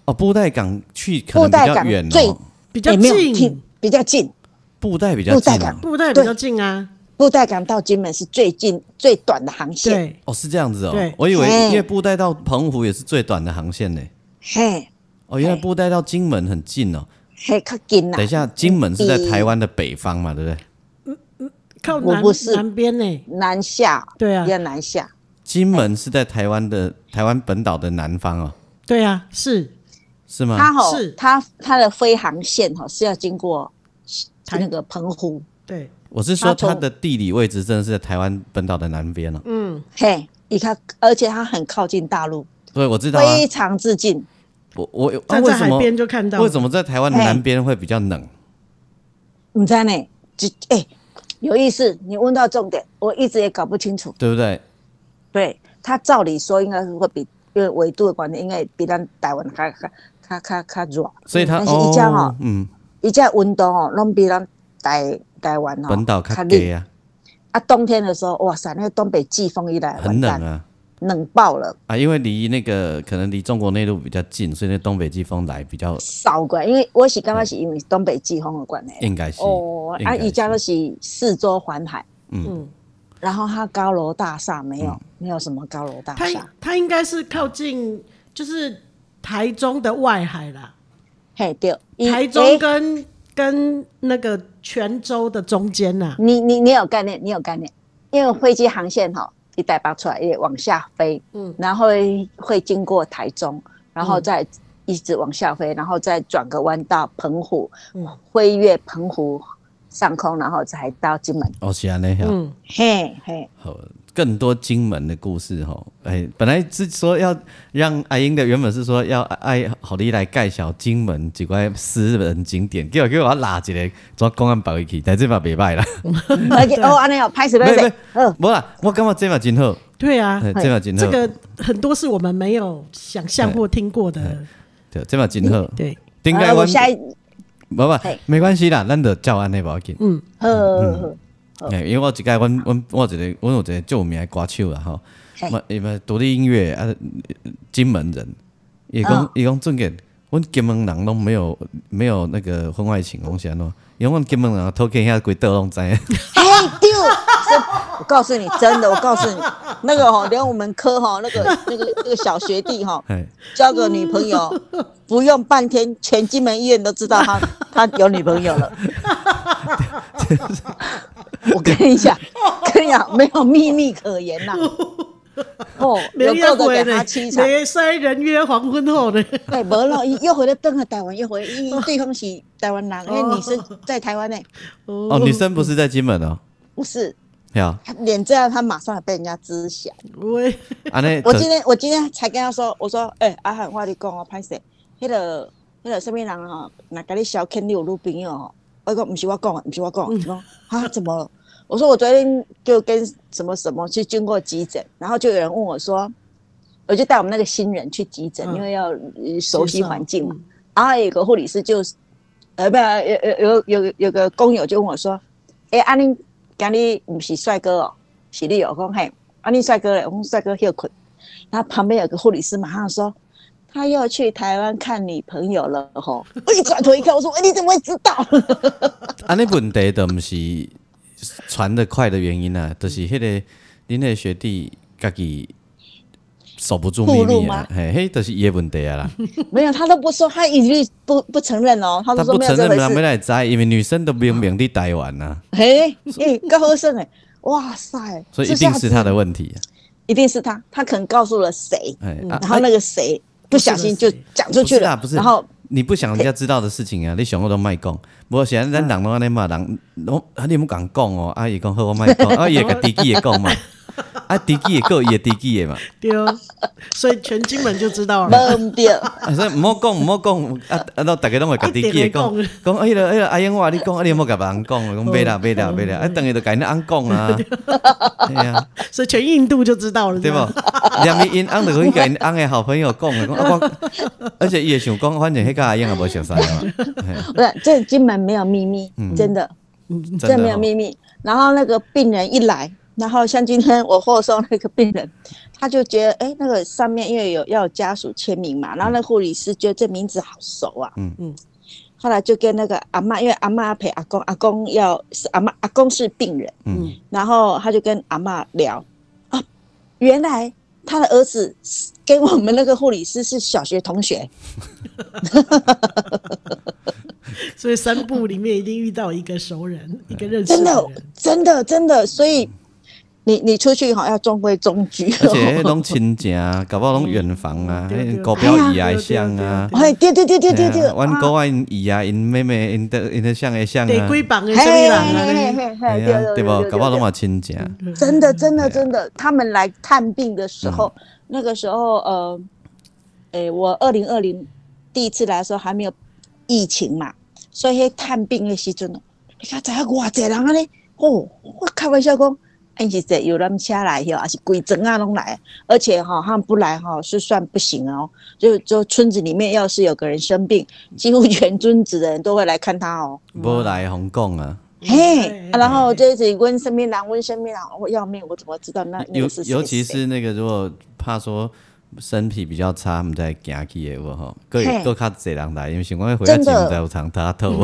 A: 哦，布袋港去可
C: 布
A: 能比
C: 袋
A: 较
C: 港
A: 远
C: 最
A: 哦，
B: 比较
C: 哎也没有
B: 近
C: 近，，比较近。
A: 布袋比较
C: 布袋
A: 近哦
C: 港，
B: 布袋比较近啊，
C: 布袋港到金门是最近最短的航线，
B: 对，
A: 哦，是这样子
B: 对
A: 哦，我以为
C: 嘿
A: 因为布袋到澎湖也是最短的航线呢，
C: 嘿，
A: 哦，原来
C: 嘿
A: 布袋到金门很近哦，
C: 嘿，较近啦
A: 等。一下，金门是在
C: 比
A: 台湾的北方嘛，对不
C: 哎
A: 对？
B: 靠
C: 我
B: 南
C: 不是
B: 南边呢，
C: 南下，
B: 对啊
C: 比较南下。
A: 金门是在台湾的台湾本岛的南方哦，
B: 对啊，是
A: 是吗？
C: 它吼
B: 是，
C: 它它的飞航线吼是要经过
B: 台
C: 那个澎湖，
B: 对，
A: 我是说
C: 它从
A: 它的地理位置真的是在台湾本岛的南边哦，
B: 嗯，
C: 嘿，你看，而且它很靠近大陆，
A: 对，我知道啊
C: 非，常之近。
A: 我我有啊
B: 站
A: 为
B: 在
A: 什
B: 海
A: 么
B: 边就看到，
A: 为什么在台湾的
C: 嘿
A: 南边会比较冷？
C: 你知道呢？就哎、有意思，你问到重点，我一直也搞不清楚。
A: 对不对？
C: 对，它照理说应该是会比因为纬度的关系，应该比咱台湾还还还还还热。
A: 所以它
C: 但是伊家啊吼
A: 哦，，嗯，
C: 伊家温度吼，拢比咱台台湾吼
A: 本岛
C: 较
A: 较
C: 冷
A: 低啊，
C: 啊，冬天的时候，哇塞，那个东北季风一来，
A: 很冷
C: 完蛋，
A: 啊。
C: 冷爆了，
A: 啊，因为离那个可能离中国内陆比较近，所以那东北季风来比较
C: 少过来。因为我是刚刚是因为东北季风的关系。
A: 应嗯该是
C: 哦，
A: 应
C: 啊，
A: 该
C: 宜家
A: 是
C: 都是四周环海，
A: 嗯，
B: 嗯，
C: 然后它高楼大厦没有，没有什么高楼大
B: 它
C: 厦。
B: 它应该是靠近就是台中的外海啦，
C: 嘿，对，伊
B: 台
C: 诶
B: 中跟跟那个泉州的中间呐，
C: 你你你有概念，你有概念，因为飞机航线哈，一带八出来也往下飞，
B: 嗯
C: 然后会会经过台中，然后再一直往下飞，然后再转个弯到澎湖，
B: 嗯
C: 飞越澎湖上空，然后才到金门。
A: 哦是安尼哈。
B: 嗯，
C: 嘿嘿，
A: 好，更多金门的故事哈。哎，本来是说要让阿英的，原本是说要爱好你来介绍金门几块私人景点，结果给我拉一个做公安保去，但这嘛袂歹啦。
C: 而且哦，安尼哦，拍死拍
A: 没
C: 死
A: 没，
C: 嗯，
A: 无啦，我感觉这嘛真好，
B: 对啊，
A: 哎这嘛真好
B: 这，个很多是我们没有想象或听过的，
A: 对，这嘛真好。
B: 对，
A: 顶
C: 啊
A: 解
C: 我
A: 我
C: 下一，
A: 无无
C: 嘿
A: 没关系啦，咱就照安尼无要紧。
B: 嗯，
C: 呃，
A: 哎、因为我一届，阮阮我有一个，阮有一个著名的歌手啦吼
C: 嘿，
A: 嘛伊嘛独立音乐啊，金门人，伊讲
C: 哦
A: 伊讲正经，阮金门人拢没有没有那个婚外情，拢是安怎？因为阮金门人偷看遐鬼倒拢知影，
C: 嘿丢，真我告诉你，真的，我告诉你，那个哦，连我们科哈，那个那个那个小学弟哈，
A: 哎，
C: 交个女朋友，不用半天，全金门医院都知 道他他有女朋友了。我跟你讲，跟你讲，没有秘密可言 呐、哦，
B: 没
C: 有
B: 约
C: 够的
B: 会
C: 给
B: 呢，
C: 他凄惨。
B: 没使人约黄昏后呢，
C: 对，无咯，伊约回来登去台湾，约 回伊对方是台湾人，因为你是在台湾内，
B: 哦
A: 哦，女生不是在金门哦，
C: 不是。
A: 对啊，
C: 他脸这样，他马上被人家知晓。
B: 喂，
A: 啊那
C: 我今天我今天才跟他说，我说，哎、阿汉，我跟你讲哦，歹势，迄、个迄个什么人哦，若甲你小肯你有女朋友哦，我讲不是我讲的，不是我讲的，我说 啊怎么了？我说我昨天就跟什么什么去经过急诊，然后就有人问我说，我就带我们那个新人去急诊，
B: 嗯
C: 因为要呃熟悉环境嘛
B: 嗯。
C: 然后有一个护理师就，呃，不，有有有有有个工友就问我说，诶、啊恁今日不是帅哥哦，是你哦，我讲嘿，啊恁帅哥嘞，我讲帅哥休困。然后旁边有个护理师马上说，他又去台湾看女朋友了吼。我一转头一看，我说，哎、你怎么会知道？
A: 啊那问题的不是传得快的原因啊，就是迄、个恁那个学弟家己守不住秘
C: 暴露
A: 密啊
C: 吗，
A: 嘿，嘿，就是伊的问题啊啦，
C: 没有，他都不说，他一律不不承认哦，他
A: 他
C: 都说
A: 不
C: 没有
A: 承
C: 这
A: 认，
C: 回
A: 人要
C: 事。哦
A: 来知，因为女生都明明在台湾呐、啊，
C: 嘿，哎，高好胜哎，哇塞！
A: 所以
C: 这
A: 一定
C: 下
A: 是
C: 子
A: 他的问题、啊
C: 一定是他，他可能告诉了谁，
A: 啊，哎、啊
C: 嗯然后那个谁不小心就讲出
A: 不
C: 去
A: 是
C: 了，
A: 啦，不是，
C: 然后
A: 你不想人家知道的事情啊，你想我都卖讲。不过现在咱人拢安尼嘛，人拢啊你唔敢讲哦，啊伊讲好我卖讲，啊伊会甲自己也 讲嘛，啊自己也够伊会自己也嘛，
B: 对，所以全金门就知道了。
C: 懵掉，
A: 啊所以唔好讲唔好讲，啊啊都大家拢会甲自己也讲
B: 一定会，
A: 讲啊迄个迄个阿英话你讲，啊你唔好甲别人讲，讲袂啦袂啦袂啦，
C: 哦
A: 啊等下就甲因翁讲 啊，对啊，
B: 所以全印度就知道了，
A: 对
B: 这样
A: 无？连伊因翁就可以甲因翁的好朋友讲啊，讲啊我，而且伊会想讲，反正迄个阿英也无熟识 嘛，嘿
C: 不是，这金门没有秘密，真的，这没有
A: 哦
C: 秘密。然后那个病人一来，然后像今天我后送那个病人，他就觉得，哎，那个上面因为有要有家属签名嘛，然后那护理师觉得这名字好熟啊，
A: 嗯
B: 嗯，
C: 后来就跟那个阿嬷，因为阿嬷陪阿公，阿公要是阿嬷，阿公是病人，
A: 嗯。
C: 然后他就跟阿嬷聊，啊，原来他的儿子是跟我们那个护理师是小学同学，
B: 所以三部里面一定遇到一个熟人，一个认识
C: 真的哦
B: 人，
C: 真的，真的，所以你你出去哈要中规中矩、
A: 嗯而
C: 哦
A: 且迄拢亲情啊，搞不好拢远房 啊，
B: 嗯对
A: 迄
B: 对
A: 高标姨啊、像啊，
C: 哎，对对对对对对，
A: 嘿啊阮哥啊、因姨啊、因妹妹、因的因的像诶像
B: 得
A: 啊，
B: 归榜的什
C: 嘿
B: 么
C: 嘿
B: 人
C: 嘿
B: 啊？
C: 嘿
A: 嘿
C: 嘿，哎对
A: 对
C: 对嗯
A: 无？搞不好拢
C: 对，
A: 嘛亲情，
C: 真的真的真的，他们来探病的时候，那个时候呃，哎，我二零二零第一次来的时候还没有疫情嘛，所以探病的时阵，你看知影偌济人安尼，哦，我开玩笑讲。因是坐游览车来的，还是规整啊拢来，而且哈、他们不来哈、是算不行哦。就就村子里面要是有个人生病，几乎全村子的人都会来看他哦。
A: 无来香港啊，
C: 嘿，
B: 嗯
C: 啊然后这一直问身边人，问身边人，我、要命，我怎么知道啊那那
A: 尤
C: 个是谁
A: 尤其
C: 谁
A: 是那个如果怕说身体比较差，毋知会行去诶无吼，各
C: 嘿
A: 各较侪人来，因为想讲回来钱
C: 真的
A: 毋知有通他透，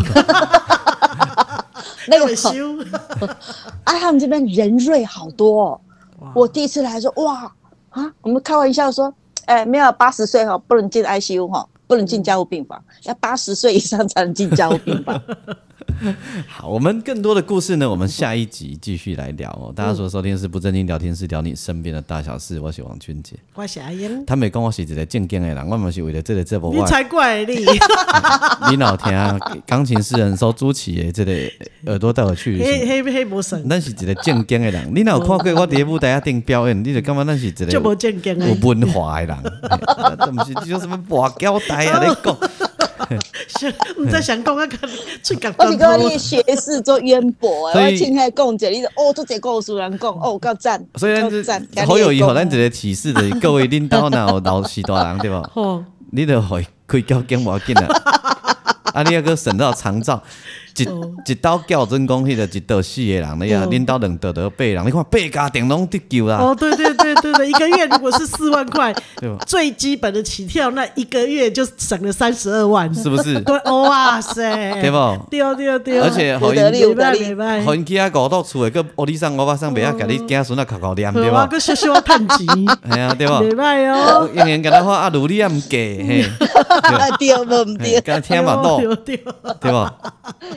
C: 那个
B: 会
C: 好
B: 修
C: 啊，他们这边人瑞好多、哦。
B: 哇
C: 我第一次来说哇啊，我们开玩笑说，哎、没有八十岁哈、不能进 ICU 哈、哦不
B: 嗯
C: 能进加护病房，要八十岁以上才能进加护病 房。
A: 好，我们更多的故事呢，我们下一集继续来聊
B: 嗯
A: 哦。大家所收听的是不正经聊天室，聊你身边的大小事，我是王俊杰。
B: 我是阿英，
A: 他们讲我是一个正经的人，我嘛是为了这个节目，
B: 你
A: 我
B: 才怪你，
A: 你老听钢琴诗人收朱启的这个耳朵带我去的时
B: 黑
A: 候。
B: 黑黑魔神
A: 咱是一个正经的人，你若有看过我伫舞台下顶表演，你就感觉咱是一个
B: 就无正经啊
A: 有！文化的人。嘿咱毋是这种什么跋胶带啊，你讲
B: 你在想讲啊，最感
C: 我
B: 动
C: 是讲你的学识做渊 博
A: 所
C: 诶，
A: 以
C: 我凊彩讲者，你就哦，做者故事人讲哦，够赞，
A: 所以咱
C: 够赞
A: 这好友谊，互咱一
C: 听你的讲哦
A: 个启示的各位领导若有老师大人对无？
B: 哦，
A: 你著互伊开交警无要紧啊。啊，你还佫省到长照，一一刀叫真讲，迄个一刀死个人，你啊，
B: 嗯
A: 恁兜两刀得八人，你看八家庭拢得救啦，
B: 哦，对对对对对，一个月如果是四万块
A: 啊 对吧，
B: 最基本的起跳，那一个月就省了三十二万，
A: 是不 是？
B: 对，哦哇塞，
A: 对不
B: 对哦对哦对哦，
A: 而且互因
C: 有道理
B: 礼拜礼拜，
A: 互因囝仔五到厝的，佮屋里上我爸上袂晓甲你囝孙仔哭哭念对
B: 我
A: 无？
B: 个小小我趁钱，
A: 系 啊， 对
B: 礼
A: 无？
B: 拜 哦，
A: 永远甲咱话啊，如你也毋嫁，嘿，
C: 啊，对无毋
A: 嘿
C: 对？
A: 敢听嘛
B: 哎 对哦
A: 咯，
B: 对，对
A: 对无？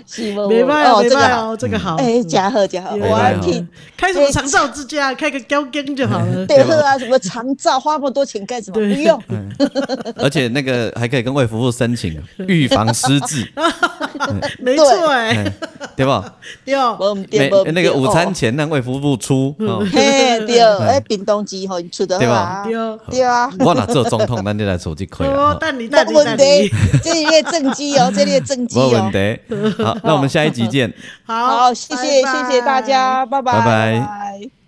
C: 是无？
B: 没办法，没
C: 哦这个
B: 办
C: 好
B: 法，这个好，
C: 哎，
B: 嗯
C: 假好假好，
B: 也
C: 我
A: 还
C: 要
A: 好
C: 听。
B: 开什么长照之家，开个高跟就好了。
C: 对喝嗯啊，什么长照花那么多钱干什么？不
B: 对
C: 用，
A: 而且那个还可以跟卫福部申请预防失智，
B: 没错，哎，哦
A: 哎对吧？
B: 哟，
C: 我们
A: 每
C: 店我
A: 那个午餐钱让卫福部出，哦
C: 哦嘿， 对，哎，冰冻机吼，你出得好啊，
B: 哟，
C: 对啊。
A: 我哪做总统，咱就来处理亏
B: 哦
A: 啊。，哦
B: 但你但你
C: 没问
B: 但你
C: 题，，这里列正机哦，这里列正 机
A: 没
C: 哦
A: 问。题。好，那我们下一集见。
B: 好，
C: 好，谢谢
B: 拜
C: 谢谢大
B: 拜
C: 家，拜
A: 拜拜
C: 拜。